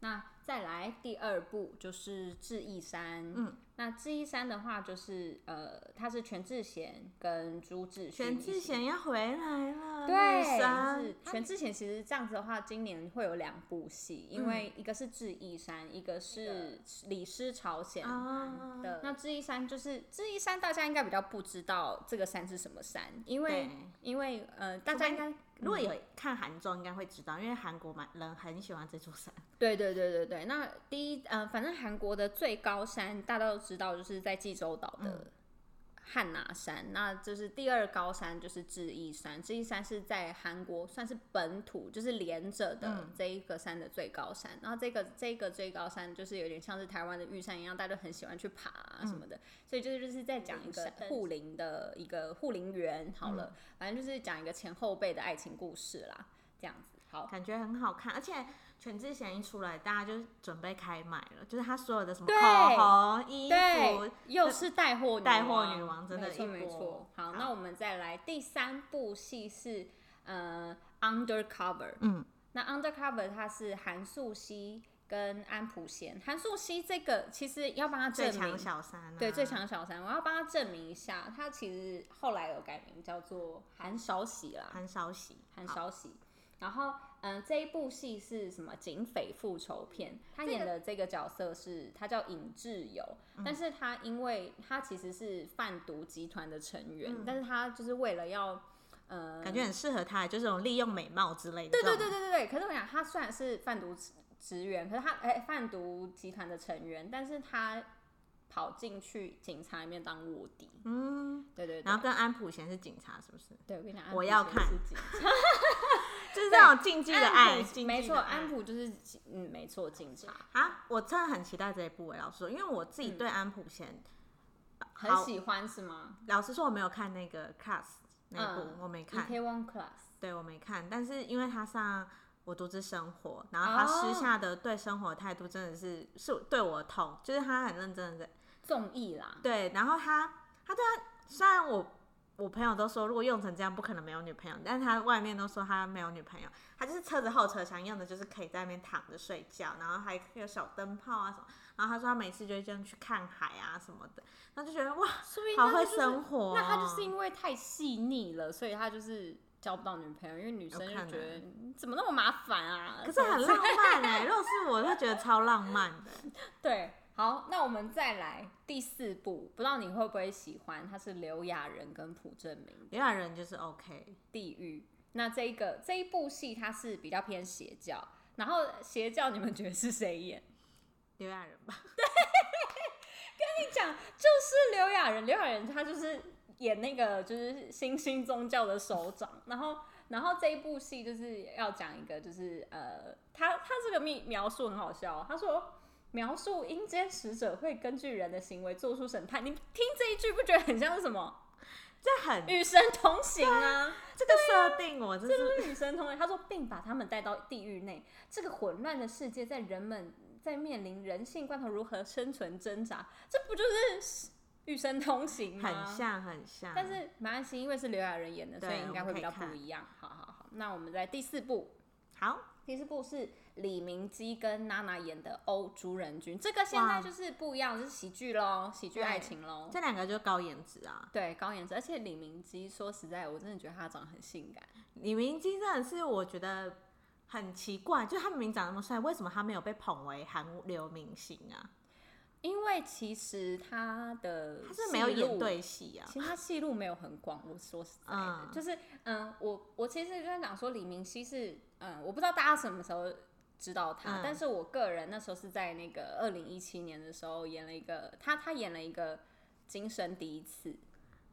[SPEAKER 3] 那再来第二部就是《智异山》，
[SPEAKER 2] 嗯，
[SPEAKER 3] 那《智异山》的话就是呃，它是全智贤跟朱智勋
[SPEAKER 2] 全
[SPEAKER 3] 一起
[SPEAKER 2] 智贤要回来了，女
[SPEAKER 3] 对，
[SPEAKER 2] 神
[SPEAKER 3] 就是全智贤。其实这样子的话，今年会有两部戏，因为
[SPEAKER 2] 嗯
[SPEAKER 3] 一个是《智异山》，一个是《李尸朝鲜》
[SPEAKER 2] 啊
[SPEAKER 3] 的。那智异山就是智异山，大家应该比较不知道这个山是什么山，因为
[SPEAKER 2] 对
[SPEAKER 3] 因为呃，大家应该嗯
[SPEAKER 2] 如果有看韩综，应该会知道，因为韩国蛮人很喜欢这座山。
[SPEAKER 3] 对对对对对。那
[SPEAKER 2] 嗯
[SPEAKER 3] 第一呃，反正韩国的最高山大家都知道，就是在济州岛的。汉拿山，那就是第二高山就是智异山，智异山是在韩国算是本土，就是连着
[SPEAKER 2] 嗯
[SPEAKER 3] 的这一个山的最高山。然后这个这个最高山就是有点像是台湾的玉山一样，大家都很喜欢去爬啊什
[SPEAKER 2] 嗯
[SPEAKER 3] 么的。所以就是就是在讲一个护林的一个护林员，好了，
[SPEAKER 2] 嗯
[SPEAKER 3] 反正就是讲一个前后辈的爱情故事啦，这样子。好，
[SPEAKER 2] 感觉很好看，而且全智贤一出来，大家就准备开买了，就是他所有的什么
[SPEAKER 3] 对
[SPEAKER 2] 口红、衣
[SPEAKER 3] 对
[SPEAKER 2] 服，，呃
[SPEAKER 3] 又是带货女王
[SPEAKER 2] 带货女王真的
[SPEAKER 3] 没错
[SPEAKER 2] 一波
[SPEAKER 3] 没错。好，
[SPEAKER 2] 好
[SPEAKER 3] 那我们再来第三部戏是呃，Undercover。
[SPEAKER 2] 嗯，
[SPEAKER 3] 那 Undercover 它是韩素汐跟安普贤。韩素汐这个其实要帮他证
[SPEAKER 2] 最
[SPEAKER 3] 明
[SPEAKER 2] 强，小三、啊，
[SPEAKER 3] 对最强小三，我要帮他证明一下，他其实后来有改名叫做韩少喜啦，
[SPEAKER 2] 韩少喜，
[SPEAKER 3] 韩呃少喜。然后，嗯，这一部戏是什么？警匪复仇
[SPEAKER 2] 嗯
[SPEAKER 3] 片。他演的这个角色是，他叫尹志友，
[SPEAKER 2] 嗯
[SPEAKER 3] 但是他因为他其实是贩毒集团的成
[SPEAKER 2] 嗯
[SPEAKER 3] 员，但是他就是为了要，呃，
[SPEAKER 2] 感觉很适合他，就这种利用美貌之类的。
[SPEAKER 3] 对对对
[SPEAKER 2] 这种，
[SPEAKER 3] 对对对。可是我想，他虽然是贩毒职职员，可是他哎，贩毒集团的成员，但是他跑进去警察里面当卧底。
[SPEAKER 2] 嗯，
[SPEAKER 3] 对对对。
[SPEAKER 2] 然后跟安普贤是警察，是不是？
[SPEAKER 3] 对，我跟你讲，
[SPEAKER 2] 我要
[SPEAKER 3] 安普贤
[SPEAKER 2] 看
[SPEAKER 3] 是警察
[SPEAKER 2] 就是那种禁忌的爱，
[SPEAKER 3] 安普
[SPEAKER 2] 禁忌的
[SPEAKER 3] 没错，
[SPEAKER 2] 爱
[SPEAKER 3] 安普就是嗯，没错，警察。
[SPEAKER 2] 啊，我真的很期待这一部欸诶、老实说，因为我自己对
[SPEAKER 3] 嗯
[SPEAKER 2] 安普贤，
[SPEAKER 3] 很
[SPEAKER 2] 好
[SPEAKER 3] 喜欢是吗？
[SPEAKER 2] 老实说我没有看那个 Class 那一部，
[SPEAKER 3] 嗯
[SPEAKER 2] 我没
[SPEAKER 3] 你
[SPEAKER 2] 看，
[SPEAKER 3] k One Class，
[SPEAKER 2] 对我没看，但是因为他上《我独自生活》，然后
[SPEAKER 3] 哦
[SPEAKER 2] 他私下的对生活态度真的是、是对我痛，就是他很认真的在
[SPEAKER 3] 综艺啦，
[SPEAKER 2] 对，然后他他对他虽然我我朋友都说如果用成这样不可能没有女朋友，但是他外面都说他没有女朋友，他就是车子后车厢用的就是可以在那边躺着睡觉，然后还有小灯泡啊什么，然后他说他每次就会这样去看海啊什么的，他就觉得哇
[SPEAKER 3] 说明
[SPEAKER 2] 好
[SPEAKER 3] 他
[SPEAKER 2] 会
[SPEAKER 3] 就是
[SPEAKER 2] 生活、哦
[SPEAKER 3] 那他就是因为太细腻了，所以他就是交不到女朋友，因为女生
[SPEAKER 2] 有
[SPEAKER 3] 就
[SPEAKER 2] 可能
[SPEAKER 3] 觉得嗯怎么那么麻烦啊？
[SPEAKER 2] 可是很
[SPEAKER 3] 什么
[SPEAKER 2] 浪漫哎、如果是我就觉得超浪漫的。
[SPEAKER 3] 对。好，那我们再来第四部，不知道你会不会喜欢？它是刘亚仁跟朴正明《
[SPEAKER 2] 有点人就是 OK，
[SPEAKER 3] 地狱》。那这一个这一部戏它是比较偏邪教，然后邪教你们觉得是谁演？
[SPEAKER 2] 刘亚仁吧，
[SPEAKER 3] 讲就是刘亚仁，刘亚仁他就是演那个就是新兴宗教的首长，然后然后这一部戏就是要讲一个就是呃，他他这个描描述很好笑哦、他说。描述阴间使者会根据人的行为做出审判，你听这一句不觉得很像是什么
[SPEAKER 2] 这很
[SPEAKER 3] 与神同行啊？
[SPEAKER 2] 这个设定我真
[SPEAKER 3] 这
[SPEAKER 2] 是
[SPEAKER 3] 就是与神同行。他说，并把他们带到地狱内。这个混乱的世界，在人们在面临人性关头如何生存挣扎，这不就是与神同行吗？
[SPEAKER 2] 很像很像，
[SPEAKER 3] 但是马安欣因为是刘亚仁演的，所
[SPEAKER 2] 对
[SPEAKER 3] 以应该会比较
[SPEAKER 2] 我们可以
[SPEAKER 3] 不
[SPEAKER 2] 看
[SPEAKER 3] 一样。好好好，那我们在第四部，
[SPEAKER 2] 好
[SPEAKER 3] 第四部是李明基跟娜娜演的《欧朱人君》，这个现在
[SPEAKER 2] 哇
[SPEAKER 3] 就是不一样，是喜剧喽，喜剧
[SPEAKER 2] 对
[SPEAKER 3] 爱情喽。
[SPEAKER 2] 这两个就高颜值啊，
[SPEAKER 3] 对，高颜值，而且李明基说实在，我真的觉得他长得很性感。
[SPEAKER 2] 李明基真的是我觉得很奇怪，就他明明长那么帅，为什么他没有被捧为韩流明星啊？
[SPEAKER 3] 因为其实他的
[SPEAKER 2] 他是没有
[SPEAKER 3] 戏路
[SPEAKER 2] 演对戏啊，
[SPEAKER 3] 其实他戏路没有很广，我说实在的，
[SPEAKER 2] 嗯
[SPEAKER 3] 就是嗯，我我其实就在讲说李明熙是嗯，我不知道大家什么时候知道他，
[SPEAKER 2] 嗯
[SPEAKER 3] 但是我个人那时候是在那个二零一七年的时候演了一个他他演了一个《今生第一次》，《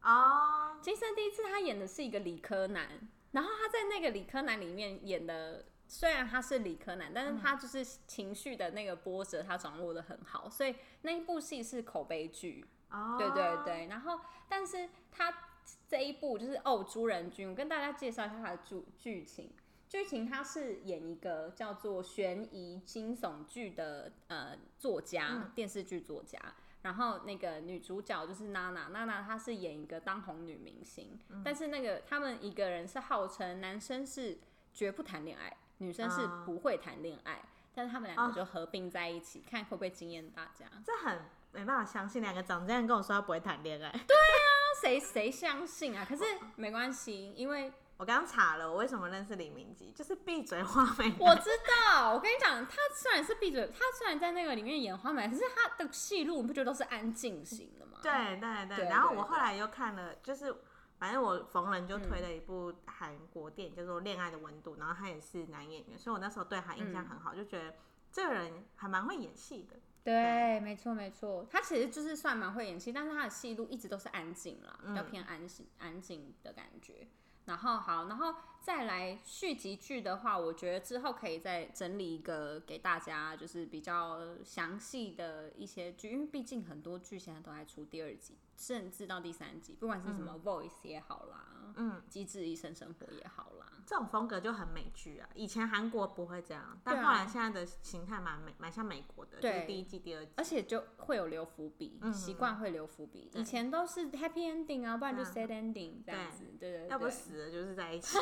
[SPEAKER 2] 哦，
[SPEAKER 3] 今生第一次》他演的是一个理科男，然后他在那个理科男里面演的。虽然他是理科男，但是
[SPEAKER 2] 嗯
[SPEAKER 3] 他就是情绪的那个波折，他掌握的很好，所以那一部戏是口碑剧。
[SPEAKER 2] 哦，
[SPEAKER 3] 对对，对，然后但是他这一部就是《哦，朱人君》，我跟大家介绍一下他的剧剧情。剧情他是演一个叫做悬疑惊悚剧的呃作家，
[SPEAKER 2] 嗯
[SPEAKER 3] 电视剧作家。然后那个女主角就是娜娜，娜娜她是演一个当红女明星，
[SPEAKER 2] 嗯
[SPEAKER 3] 但是那个他们一个人是号称男生是绝不谈恋爱，女生是
[SPEAKER 2] 啊
[SPEAKER 3] 不会谈恋爱，但是他们两个就合并在一起，看会不会惊艳大家。
[SPEAKER 2] 这很没办法相信，两个长这样跟我说他不会谈恋爱。
[SPEAKER 3] 谁谁相信啊？可是没关系，因为
[SPEAKER 2] 我刚查了，我为什么认识李明基，就是闭嘴花美
[SPEAKER 3] 我知道，我跟你讲，他虽然是闭嘴，他虽然在那个里面演花美，可是他的戏路你不觉得都是安静型的吗？
[SPEAKER 2] 对对
[SPEAKER 3] 对
[SPEAKER 2] 对，然后
[SPEAKER 3] 对嗯
[SPEAKER 2] 我后
[SPEAKER 3] 对
[SPEAKER 2] 来又看了，就是反正我逢人就推了一部韩国电影，叫做《恋爱的温度》，然后
[SPEAKER 3] 嗯
[SPEAKER 2] 他也是男演员，所以我那时候对他印象很好，就觉得这个人还蛮会演戏的。
[SPEAKER 3] 对，啊没错没错，他其实就是算蛮会演戏，但是他的戏路一直都是安静啦，比较偏安静、安静的感觉。然后好，然后再来续集剧的话，我觉得之后可以再整理一个给大家，就是比较详细的一些剧，因为毕竟很多剧现在都在出第二集，甚至到第三集，不管是什么 Voice 也好啦，嗯，机智医生生活也好啦，
[SPEAKER 2] 这种风格就很美剧啊。以前韩国不会这样，但
[SPEAKER 3] 对啊
[SPEAKER 2] 后来现在的形态蛮美，蛮像美国的，就
[SPEAKER 3] 对
[SPEAKER 2] 是第一季、第二季。
[SPEAKER 3] 而且就会有留伏笔，
[SPEAKER 2] 嗯
[SPEAKER 3] 习惯会留伏笔。以前都是 happy ending 啊，不然就 sad ending 这样子，对对
[SPEAKER 2] 嗯要不
[SPEAKER 3] 对，
[SPEAKER 2] 死了就是在一起。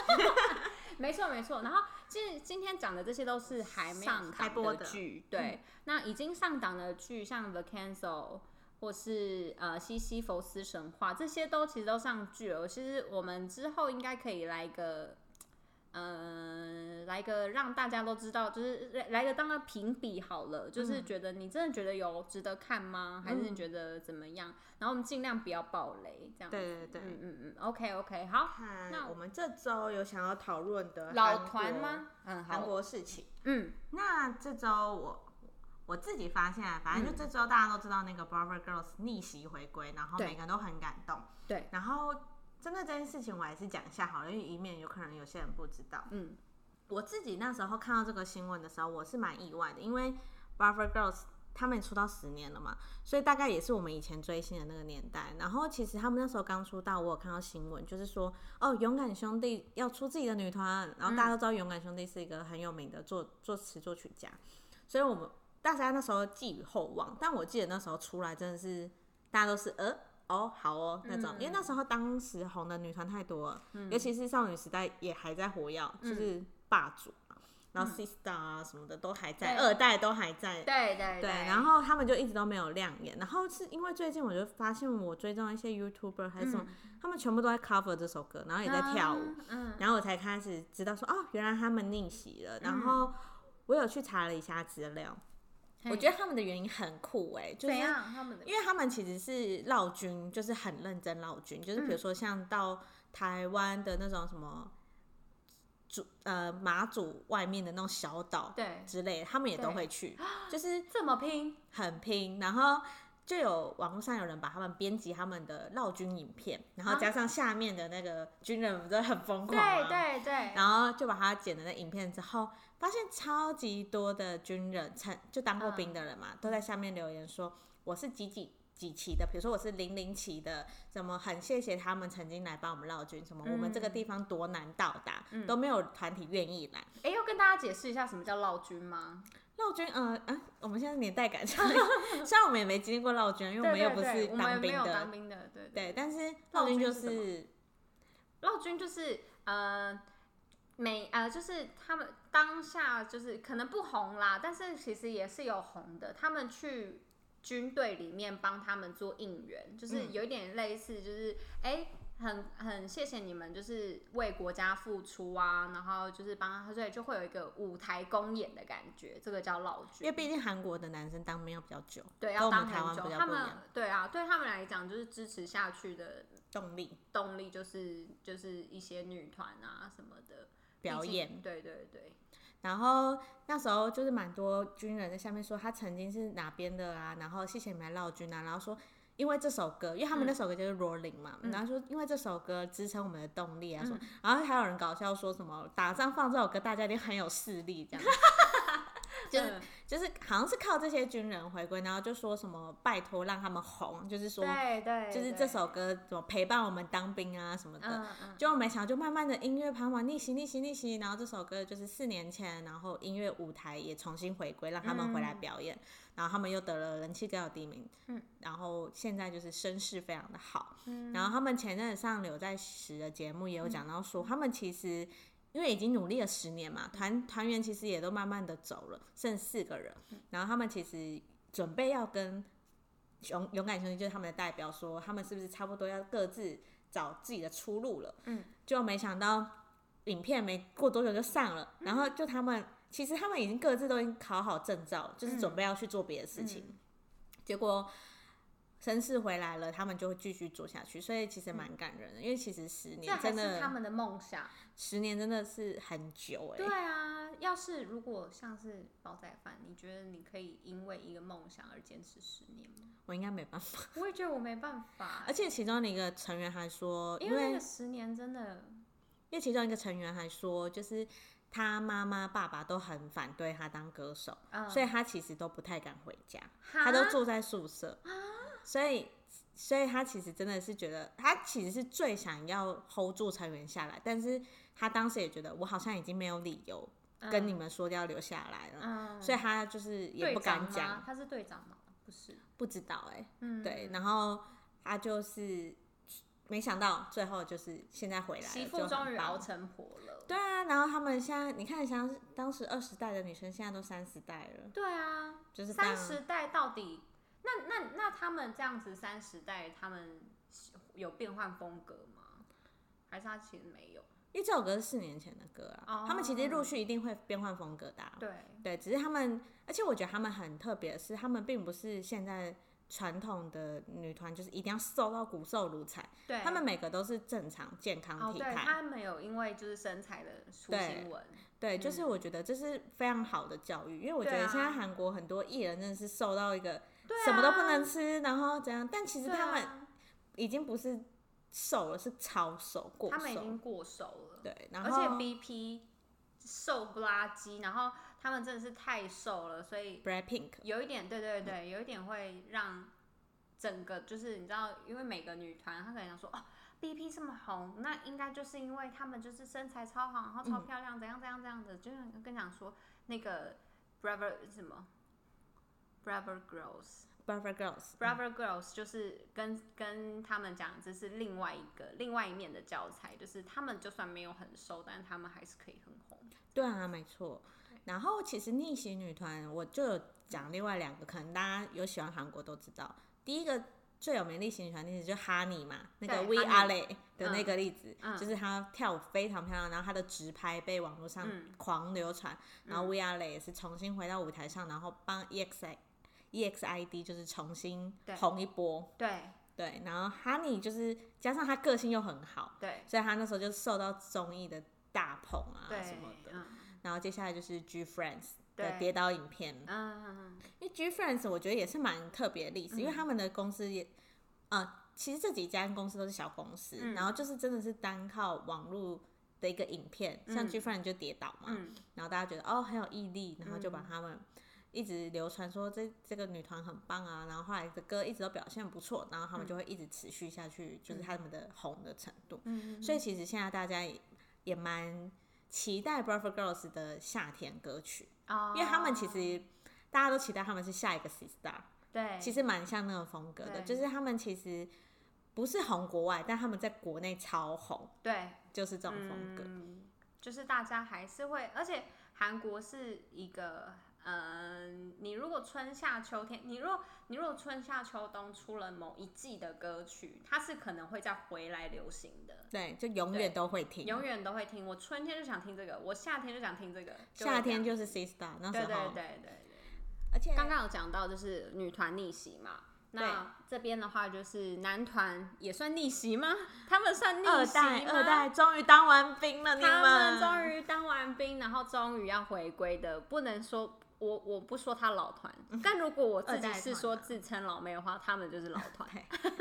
[SPEAKER 3] 没错没错。然后今今天讲的这些都是还没有
[SPEAKER 2] 上开
[SPEAKER 3] 档
[SPEAKER 2] 播的嗯
[SPEAKER 3] 剧，对。那已经上档的剧，像 The Cancel 或是呃西西弗斯神话，这些都其实都上剧了。其实我们之后应该可以来一个。嗯，来个让大家都知道，就是来来个当个评比好了，
[SPEAKER 2] 嗯
[SPEAKER 3] 就是觉得你真的觉得有值得看吗？还是你觉得怎么样？然后我们尽量不要爆雷，这样子。
[SPEAKER 2] 对对对
[SPEAKER 3] 嗯嗯嗯，OK OK，好，那
[SPEAKER 2] 那我们这周有想要讨论的
[SPEAKER 3] 老
[SPEAKER 2] 韩
[SPEAKER 3] 团
[SPEAKER 2] 国
[SPEAKER 3] 吗？？嗯，
[SPEAKER 2] 韩
[SPEAKER 3] 好，
[SPEAKER 2] 国事情。
[SPEAKER 3] 嗯，
[SPEAKER 2] 那这周我我自己发现啊，反正就这周大家都知道那个 Bravo Girls 逆袭回归，然后
[SPEAKER 3] 对
[SPEAKER 2] 每个人都很感动。
[SPEAKER 3] 对，
[SPEAKER 2] 然后针对这件事情，我还是讲一下好了，因为以免有可能有些人不知道。
[SPEAKER 3] 嗯，
[SPEAKER 2] 我自己那时候看到这个新闻的时候，我是蛮意外的，因为 Bravo Girls 他们也出道十年了嘛，所以大概也是我们以前追星的那个年代。然后其实他们那时候刚出道，我有看到新闻，就是说哦，勇敢兄弟要出自己的女团，然后大家都知道勇敢兄弟是一个很有名的作作词作曲家，所以我们大家那时候寄予厚望。但我记得那时候出来真的是大家都是呃。哦，好哦，那种，因为那时候当时红的女团太多了，尤其是少女时代也还在活跃，就是霸主嘛，然后 Sista 啊什么的都还
[SPEAKER 3] 嗯
[SPEAKER 2] 在，
[SPEAKER 3] 对
[SPEAKER 2] 二代都还在，
[SPEAKER 3] 对对
[SPEAKER 2] 对，然后他们就一直都没有亮眼，然后是因为最近我就发现我追踪一些 YouTuber 还是什么，他们全部都在 cover 这首歌，然后也在跳舞，，
[SPEAKER 3] 嗯，
[SPEAKER 2] 然后我才开始知道说哦，原来他们逆袭了，然后我有去查了一下资料，我觉得他们的原因很酷哎、就是
[SPEAKER 3] 怎样？他们的
[SPEAKER 2] 因为他们其实是绕军，就是很认真绕军，就是
[SPEAKER 3] 嗯
[SPEAKER 2] 比如说像到台湾的那种什么主呃马祖外面的那种小岛
[SPEAKER 3] 对
[SPEAKER 2] 之类的，他们也都
[SPEAKER 3] 对
[SPEAKER 2] 会去，就是
[SPEAKER 3] 这么拼，
[SPEAKER 2] 很拼，然后。就有网络上有人把他们编辑他们的绕军影片，然后加上下面的那个军人不是很疯狂吗？
[SPEAKER 3] 啊对对对，
[SPEAKER 2] 然后就把他剪的那影片之后，发现超级多的军人，曾就当过
[SPEAKER 3] 嗯
[SPEAKER 2] 兵的人嘛，都在下面留言说我是几几几期的，比如说我是零零期的，怎么很谢谢他们曾经来帮我们绕军，什么我们这个
[SPEAKER 3] 嗯
[SPEAKER 2] 地方多难到达，都没有团体愿意来
[SPEAKER 3] 哎，要跟大家解释一下什么叫绕军吗？
[SPEAKER 2] 绕军。呃，嗯、我们现在年代感上，虽然我们也没经历过绕军，因为我们又
[SPEAKER 3] 对
[SPEAKER 2] 不
[SPEAKER 3] 对
[SPEAKER 2] 是
[SPEAKER 3] 对我们没
[SPEAKER 2] 兵
[SPEAKER 3] 有
[SPEAKER 2] 的
[SPEAKER 3] 当，兵的，对对。
[SPEAKER 2] 对，但是
[SPEAKER 3] 绕
[SPEAKER 2] 绕军
[SPEAKER 3] 军
[SPEAKER 2] 就是
[SPEAKER 3] 什么
[SPEAKER 2] 是
[SPEAKER 3] 绕军就是呃。每呃，就是他们当下就是可能不红啦，但是其实也是有红的。他们去军队里面帮他们做应援，就是
[SPEAKER 2] 嗯
[SPEAKER 3] 有一点类似，就是哎、很很谢谢你们，就是为国家付出啊，然后就是帮他，所以就会有一个舞台公演的感觉，这个叫老
[SPEAKER 2] 因为
[SPEAKER 3] 剧。
[SPEAKER 2] 毕竟韩国的男生当兵要比较久，
[SPEAKER 3] 对，
[SPEAKER 2] 跟
[SPEAKER 3] 要
[SPEAKER 2] 我
[SPEAKER 3] 当
[SPEAKER 2] 们台
[SPEAKER 3] 很
[SPEAKER 2] 湾
[SPEAKER 3] 久
[SPEAKER 2] 比，较
[SPEAKER 3] 他
[SPEAKER 2] 不一
[SPEAKER 3] 们
[SPEAKER 2] 样，
[SPEAKER 3] 对啊，对他们来讲就是支持下去的
[SPEAKER 2] 动力
[SPEAKER 3] 动力，就是就是一些女团啊什么的
[SPEAKER 2] 表
[SPEAKER 3] 毕竟
[SPEAKER 2] 演。
[SPEAKER 3] 对对对，
[SPEAKER 2] 然后那时候就是蛮多军人在下面说他曾经是哪边的啊，然后谢谢你们来绕军啊，然后说因为这首歌，因为他
[SPEAKER 3] 嗯
[SPEAKER 2] 们那首歌就是 Rolling 嘛，然后说因为这首歌支撑我们的动力
[SPEAKER 3] 嗯
[SPEAKER 2] 啊什么，然后还有人搞笑说什么打仗放这首歌大家一定很有势力这样，就是
[SPEAKER 3] 嗯
[SPEAKER 2] 就是好像是靠这些军人回归，然后就说什么拜托让他们红，就是说
[SPEAKER 3] 对对，
[SPEAKER 2] 就是
[SPEAKER 3] 对
[SPEAKER 2] 这首歌怎么陪伴我们当兵啊什么的，
[SPEAKER 3] 嗯嗯
[SPEAKER 2] 就没想到，就慢慢的音乐盘往逆袭逆袭逆袭，然后这首歌就是四年前，然后音乐舞台也重新回归，让他们回来表演，然后他们又得了人气歌谣第一名，
[SPEAKER 3] 嗯，
[SPEAKER 2] 然后现在就是声势非常的好，
[SPEAKER 3] 嗯
[SPEAKER 2] 然后他们前阵子上刘在石的节目也有讲到说，他们其实因为已经努力了十年嘛，团团员其实也都慢慢的走了，剩四个人，然后他们其实准备要跟勇勇敢兄弟就是他们的代表说，他们是不是差不多要各自找自己的出路了？
[SPEAKER 3] 嗯，
[SPEAKER 2] 就没想到影片没过多久就上了，
[SPEAKER 3] 嗯
[SPEAKER 2] 然后就他们其实他们已经各自都已经考好证照，
[SPEAKER 3] 嗯
[SPEAKER 2] 就是准备要去做别的事情，结果。绅士回来了，他们就会继续做下去，所以其实蛮感人的。因为其实十
[SPEAKER 3] 嗯这
[SPEAKER 2] 年
[SPEAKER 3] 还
[SPEAKER 2] 真
[SPEAKER 3] 是他
[SPEAKER 2] 的，
[SPEAKER 3] 们的梦想。
[SPEAKER 2] 十年真的是很久哎、
[SPEAKER 3] 对啊，要是如果像是煲仔饭，你觉得你可以因为一个梦想而坚持十年吗？
[SPEAKER 2] 我应该没办法。
[SPEAKER 3] 我也觉得我没办法
[SPEAKER 2] 而，且其中的一个成员还说，
[SPEAKER 3] 因
[SPEAKER 2] 因为
[SPEAKER 3] 为那
[SPEAKER 2] 因
[SPEAKER 3] 个十年真的，
[SPEAKER 2] 为其中一个成员还说，就是他妈妈、爸爸都很反对他当歌手，
[SPEAKER 3] 嗯，
[SPEAKER 2] 所以他其实都不太敢回家，
[SPEAKER 3] 哈
[SPEAKER 2] 他都住在宿舍，
[SPEAKER 3] 啊
[SPEAKER 2] 所以。所以他其实真的是觉得，他其实是最想要 hold 住成员下来，但是他当时也觉得，我好像已经没有理由跟你们说要留下来了，
[SPEAKER 3] 嗯，
[SPEAKER 2] 所以他就是也
[SPEAKER 3] 队
[SPEAKER 2] 不敢
[SPEAKER 3] 长吗
[SPEAKER 2] 讲，
[SPEAKER 3] 他是队长吗？不是，
[SPEAKER 2] 不知道哎、
[SPEAKER 3] 嗯，
[SPEAKER 2] 对，然后他就是没想到最后就是现在回来了，
[SPEAKER 3] 媳
[SPEAKER 2] 就
[SPEAKER 3] 妇
[SPEAKER 2] 很
[SPEAKER 3] 终于
[SPEAKER 2] 棒
[SPEAKER 3] 熬成婆了。
[SPEAKER 2] 对啊，然后他们现在你看，像是当时二十代的女生，现在都三十代了，
[SPEAKER 3] 对啊，
[SPEAKER 2] 就是这
[SPEAKER 3] 三
[SPEAKER 2] 样
[SPEAKER 3] 十代到底，那那那他们这样子三十代，他们有变换风格吗？还是他其实没有？
[SPEAKER 2] 因为这首歌是四年前的歌啊，他们其实
[SPEAKER 3] 哦
[SPEAKER 2] 陆续一定会变换风格的啊、
[SPEAKER 3] 对，
[SPEAKER 2] 对，只是他们，而且我觉得他们很特别的是，他们并不是现在传统的女团，就是一定要瘦到骨瘦如柴，
[SPEAKER 3] 对，
[SPEAKER 2] 他们每个都是正常健康
[SPEAKER 3] 哦，
[SPEAKER 2] 体
[SPEAKER 3] 对，
[SPEAKER 2] 态，
[SPEAKER 3] 他们有因为就是身材的出新闻，
[SPEAKER 2] 对，就是我觉得这是非常好的教育，因为我觉
[SPEAKER 3] 嗯对
[SPEAKER 2] 得
[SPEAKER 3] 啊
[SPEAKER 2] 现在韩国很多艺人真的是瘦到一个
[SPEAKER 3] 对啊
[SPEAKER 2] 什么都不能吃，然后怎样，但其实
[SPEAKER 3] 对
[SPEAKER 2] 他们
[SPEAKER 3] 啊
[SPEAKER 2] 已经不是瘦了，是超瘦过
[SPEAKER 3] 他们已
[SPEAKER 2] 瘦。
[SPEAKER 3] 经过瘦了，
[SPEAKER 2] 对，然
[SPEAKER 3] 而
[SPEAKER 2] 后
[SPEAKER 3] 且 BP 瘦不拉几，然后他们真的是太瘦了，所以
[SPEAKER 2] Blackpink
[SPEAKER 3] 有一点，对
[SPEAKER 2] 嗯
[SPEAKER 3] 对对，有一点会让整个就是你知道，因为每个女团她可能想说哦，BP 这么红，那应该就是因为她们就是身材超好，然后
[SPEAKER 2] 嗯
[SPEAKER 3] 超漂亮，怎样怎样怎样的，就像跟讲说那个 Bravo 什么 Bravo Girls。
[SPEAKER 2] Brother Girls，
[SPEAKER 3] Bravo Girls 就是跟跟他们讲，这是另外一个另外一面的教材，就是他们就算没有很瘦，但是他们还是可以很红。
[SPEAKER 2] 对啊，没错。然后其实逆袭女团，我就有讲另外两个，可能大家有喜欢韩国都知道。第一个最有名的逆袭女团例子就是哈尼嘛，那
[SPEAKER 3] 对
[SPEAKER 2] 个 We Are
[SPEAKER 3] Honey
[SPEAKER 2] Le 的那个例子，
[SPEAKER 3] 嗯
[SPEAKER 2] 就是她跳舞非常漂亮，然后她的直拍被网络上
[SPEAKER 3] 嗯
[SPEAKER 2] 狂流传，然后 We Are Le 也是重新回到舞台上，然后帮 E EXI EXID 就是重新
[SPEAKER 3] 对
[SPEAKER 2] 红一波。
[SPEAKER 3] 对
[SPEAKER 2] 对，然后哈尼就是加上她个性又很好，
[SPEAKER 3] 对
[SPEAKER 2] 所以她那时候就受到综艺的大捧啊
[SPEAKER 3] 对
[SPEAKER 2] 什么的，。
[SPEAKER 3] 嗯
[SPEAKER 2] 然后接下来就是 G Friends
[SPEAKER 3] 对
[SPEAKER 2] 的跌倒影片，
[SPEAKER 3] 嗯嗯
[SPEAKER 2] 因为 G Friends 我觉得也是蛮特别的例子，因为他们的公司也，呃，其实这几家公司都是小公司，
[SPEAKER 3] 嗯
[SPEAKER 2] 然后就是真的是单靠网络的一个影片，像 G Friends 就跌倒嘛，
[SPEAKER 3] 嗯
[SPEAKER 2] 然后大家觉得哦很有毅力，然后就把他们。一直流传说这这个女团很棒啊，然后后来的歌一直都表现不错，然后
[SPEAKER 3] 嗯
[SPEAKER 2] 他们就会一直持续下去，就是他们的红的程度。
[SPEAKER 3] 嗯，
[SPEAKER 2] 所以其实现在大家也也蛮期待 Bravo Girls 的夏天歌曲，
[SPEAKER 3] 哦
[SPEAKER 2] 因为他们其实大家都期待他们是下一个 s i s t a r
[SPEAKER 3] 对，
[SPEAKER 2] 其实蛮像那种风格的，
[SPEAKER 3] 对
[SPEAKER 2] 就是他们其实不是红国外，但他们在国内超红，
[SPEAKER 3] 对
[SPEAKER 2] 就是这种风格。
[SPEAKER 3] 嗯，就是大家还是会，而且韩国是一个，嗯，你如果春夏秋天，你若你若春夏秋冬出了某一季的歌曲，它是可能会再回来流行的。
[SPEAKER 2] 对，就永远都会听。
[SPEAKER 3] 永远都会听，我春天就想听这个，我夏天就想听这个，就会
[SPEAKER 2] 夏
[SPEAKER 3] 这样
[SPEAKER 2] 天就是 s i s t a r 那时
[SPEAKER 3] 对
[SPEAKER 2] 候，
[SPEAKER 3] 对对对
[SPEAKER 2] 而且
[SPEAKER 3] 刚刚有讲到就是女团逆袭嘛，那这边的话就是男团也算逆袭吗？他们算逆袭吗？
[SPEAKER 2] 二代二代终于当完兵了，你
[SPEAKER 3] 他们
[SPEAKER 2] 于
[SPEAKER 3] 终于当完兵，然后终于要回归的，不能说我我不说他老团，但如果我自
[SPEAKER 2] 二
[SPEAKER 3] 己
[SPEAKER 2] 代团
[SPEAKER 3] 是说
[SPEAKER 2] 啊
[SPEAKER 3] 自称老妹的话，他们就是老团，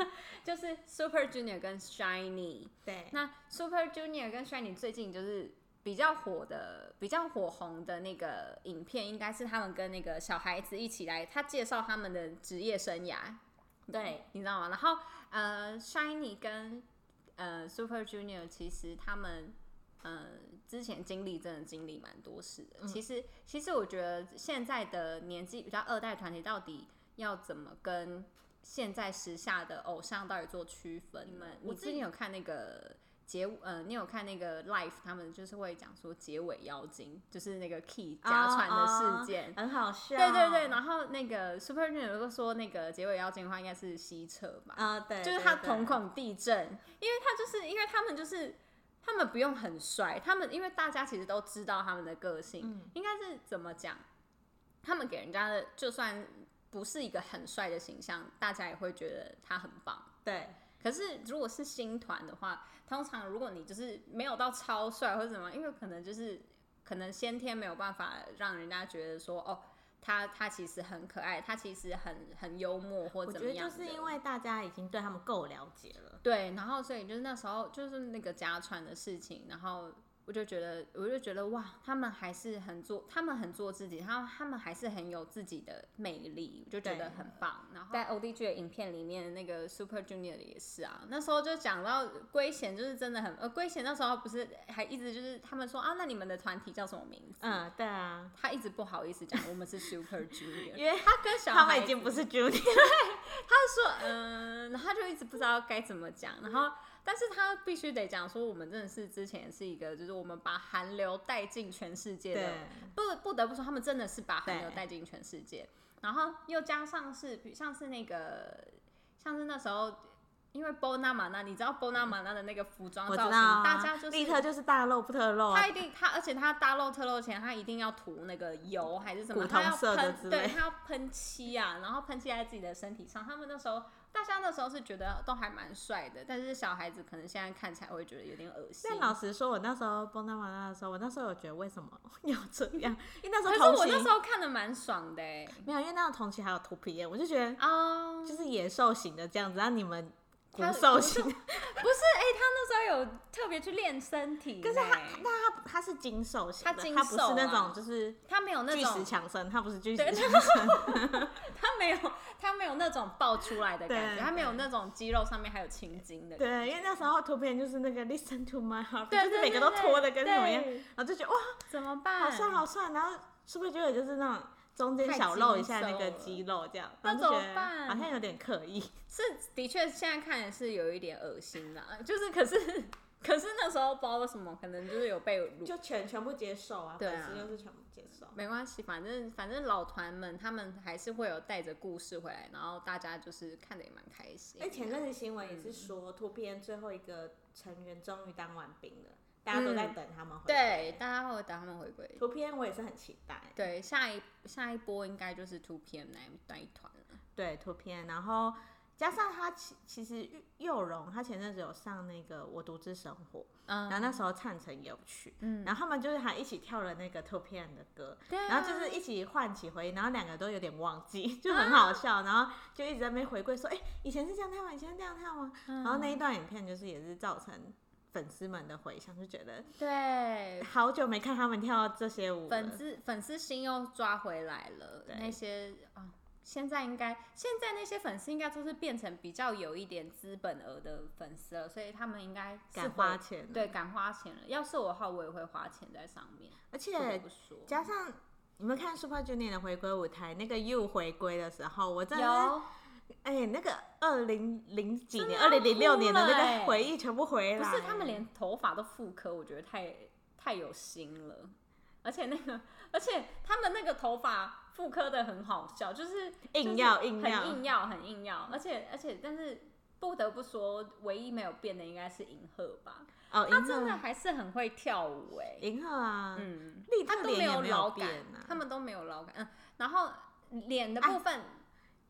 [SPEAKER 3] 就是 Super Junior 跟 Shiny。
[SPEAKER 2] 对
[SPEAKER 3] 那 Super Junior 跟 Shiny 最近就是比较火的、比较火红的那个影片，应该是他们跟那个小孩子一起来，他介绍他们的职业生涯，
[SPEAKER 2] 对
[SPEAKER 3] 你知道吗？然后呃，Shiny 跟呃 Super Junior 其实他们。呃，之前经历真的经历蛮多事
[SPEAKER 2] 嗯
[SPEAKER 3] 的。其实，其实我觉得现在的年纪比较二代团体到底要怎么跟现在时下的偶像到底做区分呢？
[SPEAKER 2] 嗯我
[SPEAKER 3] 我
[SPEAKER 2] 自
[SPEAKER 3] 最近有看那个结呃，你有看那个 Life，他们就是会讲说结尾妖精，就是那个 Key 假
[SPEAKER 2] 哦
[SPEAKER 3] 传的
[SPEAKER 2] 哦
[SPEAKER 3] 事件。
[SPEAKER 2] 很好笑。
[SPEAKER 3] 对对对，，然后那个 Super Junior 如果说那个结尾妖精的话，应该是西澈吧？
[SPEAKER 2] 啊对，
[SPEAKER 3] 就是
[SPEAKER 2] 对
[SPEAKER 3] 他
[SPEAKER 2] 对
[SPEAKER 3] 瞳孔地震，因为他就是因为他们就是他们不用很帅，他们因为大家其实都知道他们的个性，
[SPEAKER 2] 嗯
[SPEAKER 3] 应该是怎么讲，他们给人家的就算不是一个很帅的形象，大家也会觉得他很棒。
[SPEAKER 2] 对。
[SPEAKER 3] 可是如果是新团的话，通常如果你就是没有到超帅或者怎么样，因为可能就是可能先天没有办法让人家觉得说哦，他他其实很可爱，他其实很很幽默或
[SPEAKER 2] 我
[SPEAKER 3] 怎
[SPEAKER 2] 觉
[SPEAKER 3] 么
[SPEAKER 2] 得
[SPEAKER 3] 样
[SPEAKER 2] 就
[SPEAKER 3] 的。
[SPEAKER 2] 是因为大家已经对他们够了解了，
[SPEAKER 3] 对，然后所以就是那时候就是那个家传的事情，然后我就觉得我就觉得哇，他们还是很做，他们很做自己，他他们还是很有自己的魅力，我就觉得
[SPEAKER 2] 对
[SPEAKER 3] 很棒。然后在 ODG 的影片里面，那个 Super Junior 的也是啊，那时候就讲到龟贤就是真的很呃，龟贤那时候不是还一直就是他们说啊，那你们的团体叫什么名字？
[SPEAKER 2] 嗯，对啊，
[SPEAKER 3] 他一直不好意思讲，我们是 Super Junior，
[SPEAKER 2] 因为
[SPEAKER 3] 他跟小
[SPEAKER 2] 他
[SPEAKER 3] 孩
[SPEAKER 2] 们已
[SPEAKER 3] 子
[SPEAKER 2] 经不是 Junior，
[SPEAKER 3] 说嗯，然后他就一直不知道该怎么讲，然后但是他必须得讲说，我们真的是之前是一个，就是我们把韩流带进全世界的，不不得不说，他们真的是把韩流
[SPEAKER 2] 对
[SPEAKER 3] 带进全世界，然后又加上是比像是那个像是那时候。因为 Bona m a n 你知道 Bona m a n 的那个服装
[SPEAKER 2] 我知
[SPEAKER 3] 造
[SPEAKER 2] 道
[SPEAKER 3] 型，
[SPEAKER 2] 啊，
[SPEAKER 3] 大家就是
[SPEAKER 2] 立特就是大漏不特漏啊
[SPEAKER 3] 他，一定他，而且他大漏特漏前，他一定要涂那个油还是什么，
[SPEAKER 2] 古
[SPEAKER 3] 他
[SPEAKER 2] 铜
[SPEAKER 3] 要
[SPEAKER 2] 色的
[SPEAKER 3] 喷，
[SPEAKER 2] 之
[SPEAKER 3] 对
[SPEAKER 2] 类
[SPEAKER 3] 他要喷漆啊，然后喷漆在自己的身体上。他们那时候，大家那时候是觉得都还蛮帅的，但是小孩子可能现在看起来会觉得有点恶心。
[SPEAKER 2] 但老实说，我那时候崩到完那的时候，我那时候有觉得为什么 要这样？因为那时
[SPEAKER 3] 可
[SPEAKER 2] 候
[SPEAKER 3] 是
[SPEAKER 2] 同
[SPEAKER 3] 我那
[SPEAKER 2] 期
[SPEAKER 3] 时候看的蛮爽的哎、
[SPEAKER 2] 没有，因为那个同期还有涂皮耶，我就觉得
[SPEAKER 3] 哦、
[SPEAKER 2] 就是野兽型的这样子，然后你们骨
[SPEAKER 3] 他
[SPEAKER 2] 兽
[SPEAKER 3] 骨
[SPEAKER 2] 型的，
[SPEAKER 3] 不是哎、他那时候有特别去练身体呢、
[SPEAKER 2] 可是他那他他是精兽型的，
[SPEAKER 3] 他精
[SPEAKER 2] 他不是
[SPEAKER 3] 瘦
[SPEAKER 2] 那
[SPEAKER 3] 啊
[SPEAKER 2] 种就是
[SPEAKER 3] 他没有那
[SPEAKER 2] 巨石
[SPEAKER 3] 种，
[SPEAKER 2] 强森，他不是巨石
[SPEAKER 3] 对
[SPEAKER 2] 强森，
[SPEAKER 3] 他没有他没有那种爆出来的感
[SPEAKER 2] 对
[SPEAKER 3] 觉，他没有那种肌肉上面还有青筋的感觉。
[SPEAKER 2] 对，因为那时候图片就是那个 Listen to my heart，
[SPEAKER 3] 对，
[SPEAKER 2] 就是
[SPEAKER 3] 对
[SPEAKER 2] 每个都拖的跟什么一样，，
[SPEAKER 3] 对对
[SPEAKER 2] 然后就觉得哇，
[SPEAKER 3] 怎么办？
[SPEAKER 2] 好帅好帅，然后是不是觉得就是那种中间
[SPEAKER 3] 嗯太
[SPEAKER 2] 小露一
[SPEAKER 3] 精
[SPEAKER 2] 下那
[SPEAKER 3] 瘦
[SPEAKER 2] 个
[SPEAKER 3] 了
[SPEAKER 2] 肌肉这样，
[SPEAKER 3] 那
[SPEAKER 2] 然后就
[SPEAKER 3] 怎么
[SPEAKER 2] 觉得
[SPEAKER 3] 办
[SPEAKER 2] 好像有点刻意。
[SPEAKER 3] 是的确现在看也是有一点恶心啦， 就是可是可是那时候不知道为什么，可能就是有被辱。
[SPEAKER 2] 就全全部接受啊，
[SPEAKER 3] 对
[SPEAKER 2] 粉
[SPEAKER 3] 啊
[SPEAKER 2] 丝就是全部接受。
[SPEAKER 3] 没关系，反正反正老团们他们还是会有带着故事回来，然后大家就是看的也蛮开心的。
[SPEAKER 2] 哎，前阵子新闻也是
[SPEAKER 3] 嗯
[SPEAKER 2] 说，突变最后一个成员终于当完兵了，大家都在等他们回归。
[SPEAKER 3] 对，大家会等他们回归。
[SPEAKER 2] 图片我也是很期待，
[SPEAKER 3] 对，下一下一波应该就是 Two PM 那一那一团了。
[SPEAKER 2] 对图片，然后加上他其其实佑荣他前阵子有上那个《我独自生活》，
[SPEAKER 3] 嗯，
[SPEAKER 2] 然后那时候灿成也有去，
[SPEAKER 3] 嗯
[SPEAKER 2] 然后他们就是还一起跳了那个图片的歌，
[SPEAKER 3] 对啊
[SPEAKER 2] 然后就是一起唤起回忆，然后两个都有点忘记， 就很
[SPEAKER 3] 啊
[SPEAKER 2] 好笑，然后就一直在那边回归说，哎、以前是这样跳吗？以前是这样跳吗？
[SPEAKER 3] 嗯
[SPEAKER 2] 然后那一段影片就是也是造成粉丝们的回响，就觉得
[SPEAKER 3] 对，
[SPEAKER 2] 好久没看他们跳这些舞
[SPEAKER 3] 粉
[SPEAKER 2] 了。
[SPEAKER 3] 丝粉丝心又抓回来了，
[SPEAKER 2] 对
[SPEAKER 3] 那些啊、现在应该现在那些粉丝应该都是变成比较有一点资本额的粉丝了，所以他们应该是
[SPEAKER 2] 敢
[SPEAKER 3] 会
[SPEAKER 2] 花钱，
[SPEAKER 3] 对敢花钱了。要是我的话，我也会花钱在上面。
[SPEAKER 2] 而
[SPEAKER 3] 不得
[SPEAKER 2] 且
[SPEAKER 3] 不说，
[SPEAKER 2] 加上你们看 Super Junior 的回归舞台，那个 You 回归的时候，我真的是
[SPEAKER 3] 有
[SPEAKER 2] 哎、那个二零零几年、二
[SPEAKER 3] 真的
[SPEAKER 2] 零零六
[SPEAKER 3] 哭
[SPEAKER 2] 年的
[SPEAKER 3] 了
[SPEAKER 2] 那
[SPEAKER 3] 哎
[SPEAKER 2] 个回忆全部回来。
[SPEAKER 3] 不是他们连头发都复刻，我觉得太太有心了。而且那个， 而且他们那个头发复刻的很好笑，就是
[SPEAKER 2] 硬要
[SPEAKER 3] 就是
[SPEAKER 2] 硬要
[SPEAKER 3] 很硬要，很硬要。而且而且，但是不得不说，唯一没有变的应该是银赫吧，
[SPEAKER 2] 哦，
[SPEAKER 3] 他
[SPEAKER 2] 银
[SPEAKER 3] 真的
[SPEAKER 2] 赫，
[SPEAKER 3] 还是很会跳舞哎、
[SPEAKER 2] 银赫啊，
[SPEAKER 3] 嗯，
[SPEAKER 2] 立
[SPEAKER 3] 他
[SPEAKER 2] 特
[SPEAKER 3] 都
[SPEAKER 2] 脸也
[SPEAKER 3] 有
[SPEAKER 2] 没
[SPEAKER 3] 老感
[SPEAKER 2] 变啊。哎
[SPEAKER 3] 他们都没有老感。嗯，然后脸的部分，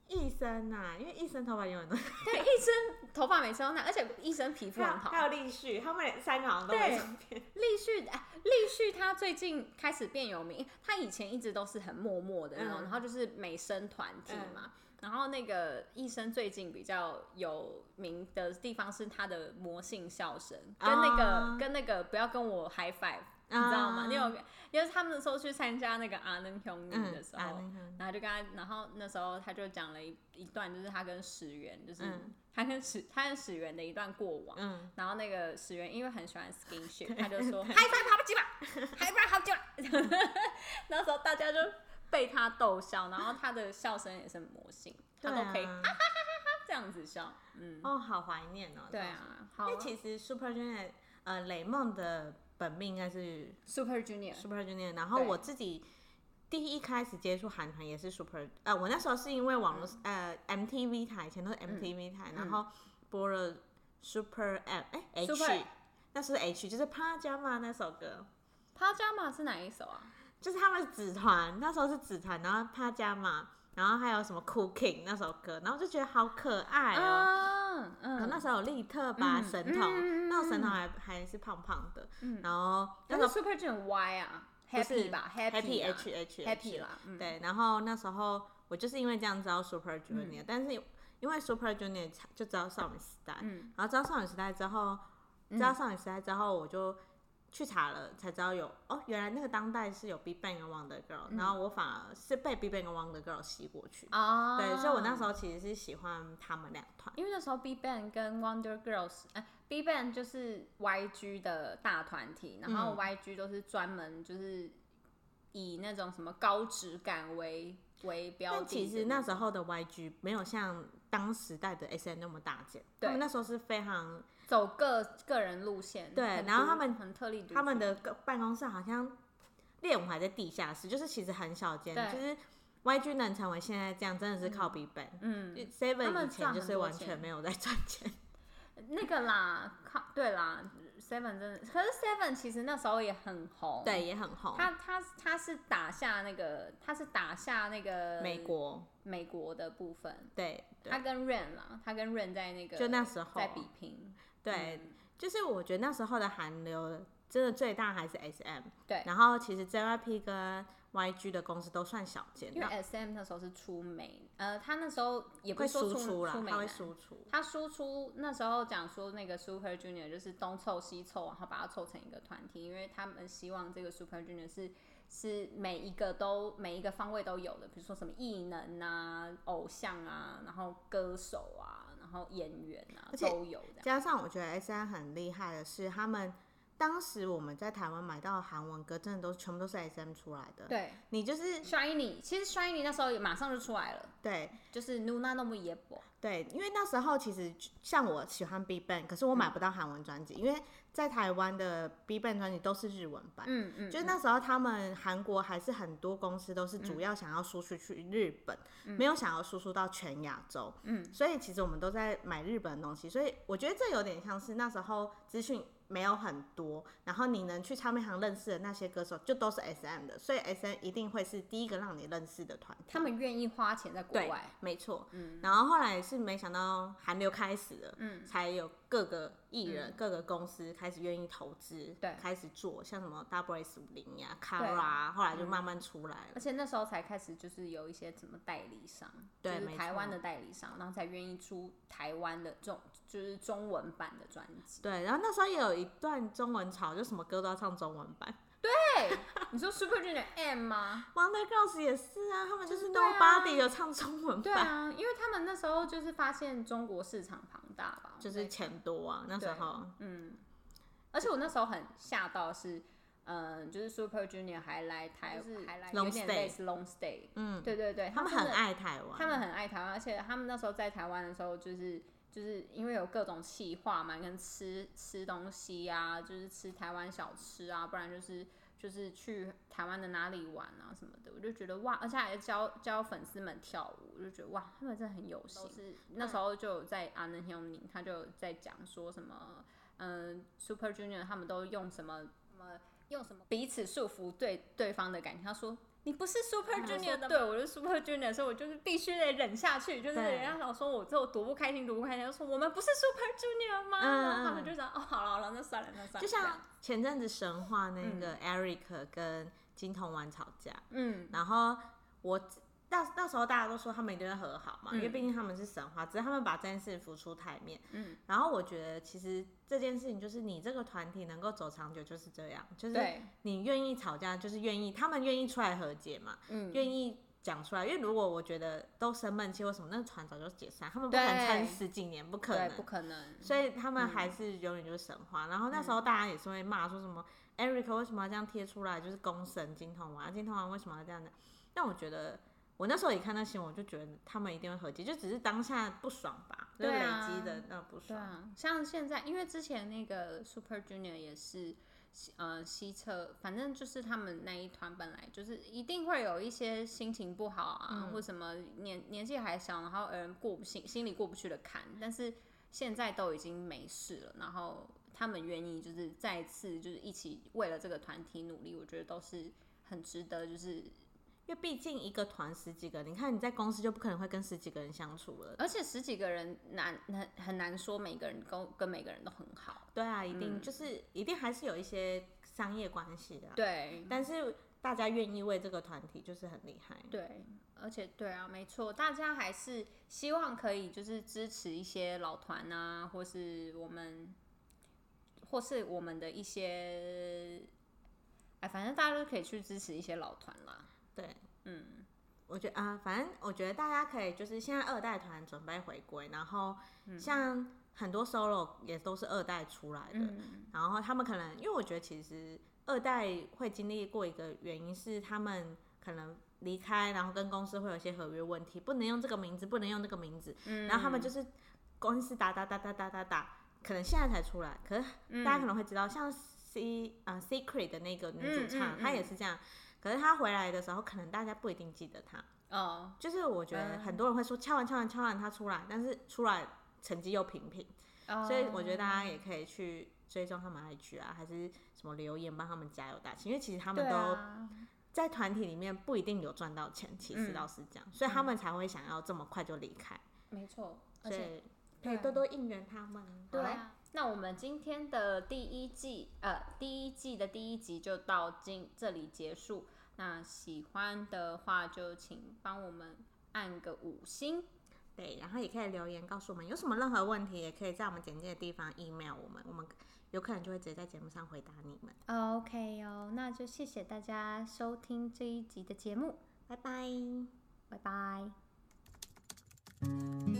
[SPEAKER 2] 医生呐、因为医生头发永远都
[SPEAKER 3] 对，医生头发没收纳，而且医生皮肤很好，
[SPEAKER 2] 还有立旭，他们三个好像都
[SPEAKER 3] 对
[SPEAKER 2] 没怎么变。
[SPEAKER 3] 立旭，哎，立旭他最近开始变有名，他以前一直都是很默默的那种，
[SPEAKER 2] 嗯
[SPEAKER 3] 然后就是美声团体嘛。然后那个医生最近比较有名的地方是他的魔性笑声，跟那个、
[SPEAKER 2] 啊
[SPEAKER 3] 跟那个不要跟我 high five，、你知道
[SPEAKER 2] 哦
[SPEAKER 3] 吗？你有，因为他们那时候去参加那个阿能兄弟
[SPEAKER 2] 嗯
[SPEAKER 3] 的时候，
[SPEAKER 2] 啊，那个
[SPEAKER 3] 然后就跟他，然后那时候他就讲了一一段，就是他跟史源，就是、
[SPEAKER 2] 嗯
[SPEAKER 3] 他跟史他跟史源的一段过往。
[SPEAKER 2] 嗯，
[SPEAKER 3] 然后那个史源因为很喜欢 skinship，他就说嗨翻好不起吧，嗨翻好不起吧。那时候大家就被他逗笑，然后他的笑声也是很魔性，他
[SPEAKER 2] 对
[SPEAKER 3] 都可以
[SPEAKER 2] 啊
[SPEAKER 3] 这样子笑。嗯，
[SPEAKER 2] 哦，好怀念哦。
[SPEAKER 3] 对，啊，好
[SPEAKER 2] 因为
[SPEAKER 3] 啊
[SPEAKER 2] 其实 Super Junior，呃，雷梦的本命应该是
[SPEAKER 3] ，Super Junior，
[SPEAKER 2] Super Junior，然后
[SPEAKER 3] 对
[SPEAKER 2] 我自己第一开始接触韩团也是 Super，呃，我那时候是因为网络、
[SPEAKER 3] 嗯
[SPEAKER 2] 呃 MTV 台，以前都是 MTV 台，然后播了 Super M，哎、
[SPEAKER 3] Super-
[SPEAKER 2] H，那是 H，就是 Pajama 那首歌，
[SPEAKER 3] 他家嘛是哪一首啊？
[SPEAKER 2] 就是他们子团那时候是子团，然后 Pajama，然后还有什么 Cooking 那首歌，然后就觉得好可爱哦。
[SPEAKER 3] 啊，
[SPEAKER 2] 然后
[SPEAKER 3] 嗯，
[SPEAKER 2] 那时候有利特吧、
[SPEAKER 3] 嗯
[SPEAKER 2] 神童，
[SPEAKER 3] 嗯嗯嗯嗯
[SPEAKER 2] 那时候神童还还是胖胖的，然后那
[SPEAKER 3] 但
[SPEAKER 2] 时
[SPEAKER 3] 是
[SPEAKER 2] 候
[SPEAKER 3] Super Junior 歪啊，
[SPEAKER 2] 就是
[SPEAKER 3] Happy 吧，Happy 啦
[SPEAKER 2] H H
[SPEAKER 3] ，Happy 啦，嗯，
[SPEAKER 2] 对，然后那时候我就是因为这样知道 Super
[SPEAKER 3] 嗯
[SPEAKER 2] Junior，、但是因为 Super Junior 就知道少女时代，
[SPEAKER 3] 嗯
[SPEAKER 2] 然后知道少女时代之后，知道少女时代之后，我就去查了，才知道有哦，原来那个当代是有 Big Bang 跟 Wonder Girl，、然后我反而是被 Big Bang 跟 Wonder Girl 吸过去，
[SPEAKER 3] 嗯哦，
[SPEAKER 2] 对，所以我那时
[SPEAKER 3] 候，
[SPEAKER 2] 候其实是喜欢他们两团，
[SPEAKER 3] 因为那时候 B Ban 跟 Wonder Girls，哎、b Ban 就是 YG 的大团体，然
[SPEAKER 2] 嗯
[SPEAKER 3] 后 YG 都是专门就是以那种什么高质感为为标
[SPEAKER 2] 但
[SPEAKER 3] 的，
[SPEAKER 2] 其实那时候的 YG 没有像当时代的 S N 那么大件，他们那时候是非常
[SPEAKER 3] 走个个人路线，
[SPEAKER 2] 对
[SPEAKER 3] 很
[SPEAKER 2] 然后
[SPEAKER 3] 独
[SPEAKER 2] 他们
[SPEAKER 3] 很特立独
[SPEAKER 2] 他们
[SPEAKER 3] 行
[SPEAKER 2] 的个办公室好像练舞还在地下室，就是其实很小间，
[SPEAKER 3] 对
[SPEAKER 2] 就是 YG 能成为现在这样，真的是靠 B 本。
[SPEAKER 3] 嗯他
[SPEAKER 2] Seven
[SPEAKER 3] 们
[SPEAKER 2] 以前
[SPEAKER 3] 赚
[SPEAKER 2] 就是
[SPEAKER 3] 很多
[SPEAKER 2] 完全
[SPEAKER 3] 钱
[SPEAKER 2] 没有在赚钱，
[SPEAKER 3] 那个啦，靠，对啦，Seven 真的，可是 Seven 其实那时候也很红，，
[SPEAKER 2] 对，也很红。
[SPEAKER 3] 哦他他他是打下那个，他是打下那个
[SPEAKER 2] 美国，
[SPEAKER 3] 美国的部分，
[SPEAKER 2] 对对
[SPEAKER 3] 他跟 Rain 啦，他跟 Rain 在那个
[SPEAKER 2] 就那时候
[SPEAKER 3] 在比拼，
[SPEAKER 2] 对，
[SPEAKER 3] 嗯
[SPEAKER 2] 就是我觉得那时候的韩流真的最大还是 SM，
[SPEAKER 3] 对
[SPEAKER 2] 然后其实 JYP 跟 YG 的公司都算小间，
[SPEAKER 3] 因为
[SPEAKER 2] 那
[SPEAKER 3] S M 那时候是出美，呃，他那时候也不
[SPEAKER 2] 会
[SPEAKER 3] 是说
[SPEAKER 2] 输
[SPEAKER 3] 出
[SPEAKER 2] 出啦
[SPEAKER 3] 出，美
[SPEAKER 2] 它会
[SPEAKER 3] 男。
[SPEAKER 2] 输出。
[SPEAKER 3] 他输出那时候讲说那个 Super Junior 就是东凑西凑，然后把它凑成一个团体，因为他们希望这个 Super Junior 是是每一个都每一个方位都有的，比如说什么艺能啊、偶像啊，然后歌手啊，然后演员啊
[SPEAKER 2] 而且
[SPEAKER 3] 都有这样。
[SPEAKER 2] 加上我觉得 S N 很厉害的是，他们当时我们在台湾买到的韩文歌，真的都全部都是 S M 出来的。
[SPEAKER 3] 对
[SPEAKER 2] 你就是
[SPEAKER 3] ，Shiny 其实 Shiny 那时候也马上就出来了，
[SPEAKER 2] 对
[SPEAKER 3] 就是 Nuna no m y e b o
[SPEAKER 2] 对，因为那时候其实像我喜欢 Big Bang，可是我买不到韩文专辑，因为在台湾的 Big Bang 专辑都是日文版。
[SPEAKER 3] 嗯嗯，
[SPEAKER 2] 就是那时候，他们韩国还是很多公司都是主要想要输出去日本，没有想要输出到全亚洲。
[SPEAKER 3] 嗯，
[SPEAKER 2] 所以其实我们都在买日本的东西，所以我觉得这有点像是那时候资讯没有很多，然后你能去唱片行认识的那些歌手就都是 S M 的，所以 S M 一定会是第一个让你认识的团体。
[SPEAKER 3] 他们愿意花钱在国
[SPEAKER 2] 对
[SPEAKER 3] 外，
[SPEAKER 2] 没错，然后后来是没想到韩流开始了，
[SPEAKER 3] 嗯
[SPEAKER 2] 才有各个艺人、各个公司开始愿意投资，
[SPEAKER 3] 对
[SPEAKER 2] 开始做，像什么 Double S 五零呀、Kara，啊后来
[SPEAKER 3] 嗯
[SPEAKER 2] 就慢慢出来了。
[SPEAKER 3] 而且那时候才开始，就是有一些什么代理商，
[SPEAKER 2] 对
[SPEAKER 3] 就
[SPEAKER 2] 没
[SPEAKER 3] 是
[SPEAKER 2] 错
[SPEAKER 3] 台湾的代理商，然后才愿意出台湾的中，就是中文版的专辑。
[SPEAKER 2] 对，然后那时候也有一段中文潮，就什么歌都要唱中文版
[SPEAKER 3] 对，你说 Super Junior M 吗？
[SPEAKER 2] ，Wonder Girls 也是啊，他们就是
[SPEAKER 3] 对啊
[SPEAKER 2] Nobody 有唱中文
[SPEAKER 3] 对
[SPEAKER 2] 版，
[SPEAKER 3] 啊，因为他们那时候就是发现中国市场庞大吧，
[SPEAKER 2] 就是钱多啊，那时候
[SPEAKER 3] 嗯，而且我那时候很吓到是，嗯，就是 Super Junior 还来台，就是还来
[SPEAKER 2] long
[SPEAKER 3] 有点类似 long stay，
[SPEAKER 2] 嗯，
[SPEAKER 3] 对对对，
[SPEAKER 2] 他们
[SPEAKER 3] 真
[SPEAKER 2] 很
[SPEAKER 3] 的
[SPEAKER 2] 爱台湾，
[SPEAKER 3] 他们很爱台湾，而且他们那时候在台湾的时候，就是就是因为有各种企划嘛，跟吃吃东西啊，就是吃台湾小吃啊，不然就是就是去台湾的哪里玩啊什么的，我就觉得哇，而且还教教粉丝们跳舞，我就觉得哇，他们真的很有心。是那时候就有在啊阿能兄明，他就有在讲说什么，嗯、s u p e r Junior 他们都用什么什么。用什么彼此束缚对对方的感情？他说：“你不是 Super
[SPEAKER 2] 他说
[SPEAKER 3] Junior 的，对我是 Super Junior，所以我就是必须得忍下去。就是
[SPEAKER 2] 对
[SPEAKER 3] 人家老说我这我多不开心，多不开心，他说我们不是 Super Junior 吗？
[SPEAKER 2] 嗯
[SPEAKER 3] 然后他
[SPEAKER 2] 嗯
[SPEAKER 3] 们就想哦，好了好了，那算了那算了。
[SPEAKER 2] 就
[SPEAKER 3] 这
[SPEAKER 2] 像
[SPEAKER 3] 样
[SPEAKER 2] 前阵子神话那个 Eric 跟金童丸吵架，
[SPEAKER 3] 嗯，
[SPEAKER 2] 然后我那那时候大家都说他们一定会和好嘛，
[SPEAKER 3] 嗯
[SPEAKER 2] 因为毕竟他们是神话，只是他们把这件事情浮出台面。
[SPEAKER 3] 嗯，
[SPEAKER 2] 然后我觉得其实这件事情就是你这个团体能够走长久就是这样，就是
[SPEAKER 3] 对，
[SPEAKER 2] 你愿意吵架，就是愿意他们愿意出来和解嘛，
[SPEAKER 3] 嗯，
[SPEAKER 2] 愿意。讲出来，因为如果我觉得都生闷气或什么，那个船早就解散，他们不可能
[SPEAKER 3] 对
[SPEAKER 2] 撑十几年，不可
[SPEAKER 3] 对，
[SPEAKER 2] 能，
[SPEAKER 3] 不可能，
[SPEAKER 2] 所以他们还是永远就是神话。然后那时
[SPEAKER 3] 嗯
[SPEAKER 2] 候大家也是会骂说什么、Eric 为什么要这样贴出来，就是公神金童丸，啊金童丸为什么要这样的？但我觉得我那时候也看到新闻，我就觉得他们一定会和解，就只是当下不爽吧，就是
[SPEAKER 3] 对
[SPEAKER 2] 累
[SPEAKER 3] 啊
[SPEAKER 2] 积的那不
[SPEAKER 3] 对
[SPEAKER 2] 爽。
[SPEAKER 3] 啊，像现在，因为之前那个 Super Junior 也是，呃，西侧，反正就是他们那一团本来就是一定会有一些心情不好啊，或什么年年纪还小，然后有人过不心心里过不去的坎，但是现在都已经没事了，然后他们愿意就是再次就是一起为了这个团体努力，我觉得都是很值得，就是
[SPEAKER 2] 因为毕竟一个团十几个人，你看你在公司就不可能会跟十几个人相处了。
[SPEAKER 3] 而且十几个人难很很难说每个人跟跟每个人都很好。嗯
[SPEAKER 2] 对啊，一定、就是一定还是有一些商业关系的啊、
[SPEAKER 3] 对
[SPEAKER 2] 但是大家愿意为这个团体，就是很厉害。
[SPEAKER 3] 对，而且对啊，没错，大家还是希望可以就是支持一些老团啊，或是我们，或是我们的一些，哎，反正大家都可以去支持一些老团啦。
[SPEAKER 2] 对，
[SPEAKER 3] 嗯，
[SPEAKER 2] 我觉得啊、反正我觉得大家可以就是现在二代团准备回归，然后
[SPEAKER 3] 嗯
[SPEAKER 2] 像很多 solo 也都是二代出来的，
[SPEAKER 3] 嗯
[SPEAKER 2] 然后他们可能因为我觉得其实二代会经历过一个原因是他们可能离开，然后跟公司会有一些合约问题，不能用这个名字，不能用这个名字，
[SPEAKER 3] 嗯
[SPEAKER 2] 然后他们就是公司打打打打打打打，可能现在才出来，可
[SPEAKER 3] 嗯
[SPEAKER 2] 是大家可能会知道，像 C 啊、Secret 的那个女主唱，
[SPEAKER 3] 嗯嗯嗯
[SPEAKER 2] 她也是这样。可是她回来的时候，可能大家不一定记得她。
[SPEAKER 3] 哦，
[SPEAKER 2] 就是我觉得很多人会说敲完敲完敲完她出来，但是出来成绩又平平，
[SPEAKER 3] 哦
[SPEAKER 2] 所以我觉得大家也可以去追踪他们 IG 啊，还是什么留言帮他们加油打气，因为其实他们
[SPEAKER 3] 对
[SPEAKER 2] 都
[SPEAKER 3] 啊
[SPEAKER 2] 在团体里面不一定有赚到钱，其
[SPEAKER 3] 嗯
[SPEAKER 2] 实老实讲，所以他们才会想要这么快就离开。
[SPEAKER 3] 没错，而
[SPEAKER 2] 所
[SPEAKER 3] 且
[SPEAKER 2] 以可
[SPEAKER 3] 对
[SPEAKER 2] 以
[SPEAKER 3] 啊
[SPEAKER 2] 多多应援他们。
[SPEAKER 3] 对
[SPEAKER 2] 好嘞
[SPEAKER 3] 啊，那我们今天的第一季，呃，第一季的第一集就到今这里结束。那喜欢的话，就请帮我们按个五星。
[SPEAKER 2] 对，然后也可以留言告诉我们有什么任何问题，也可以在我们简介的地方 email 我们，我们有可能就会直接在节目上回答你们。
[SPEAKER 3] OK 哦，那就谢谢大家收听这一集的节目，
[SPEAKER 2] 拜拜。
[SPEAKER 3] 拜拜。
[SPEAKER 1] Thank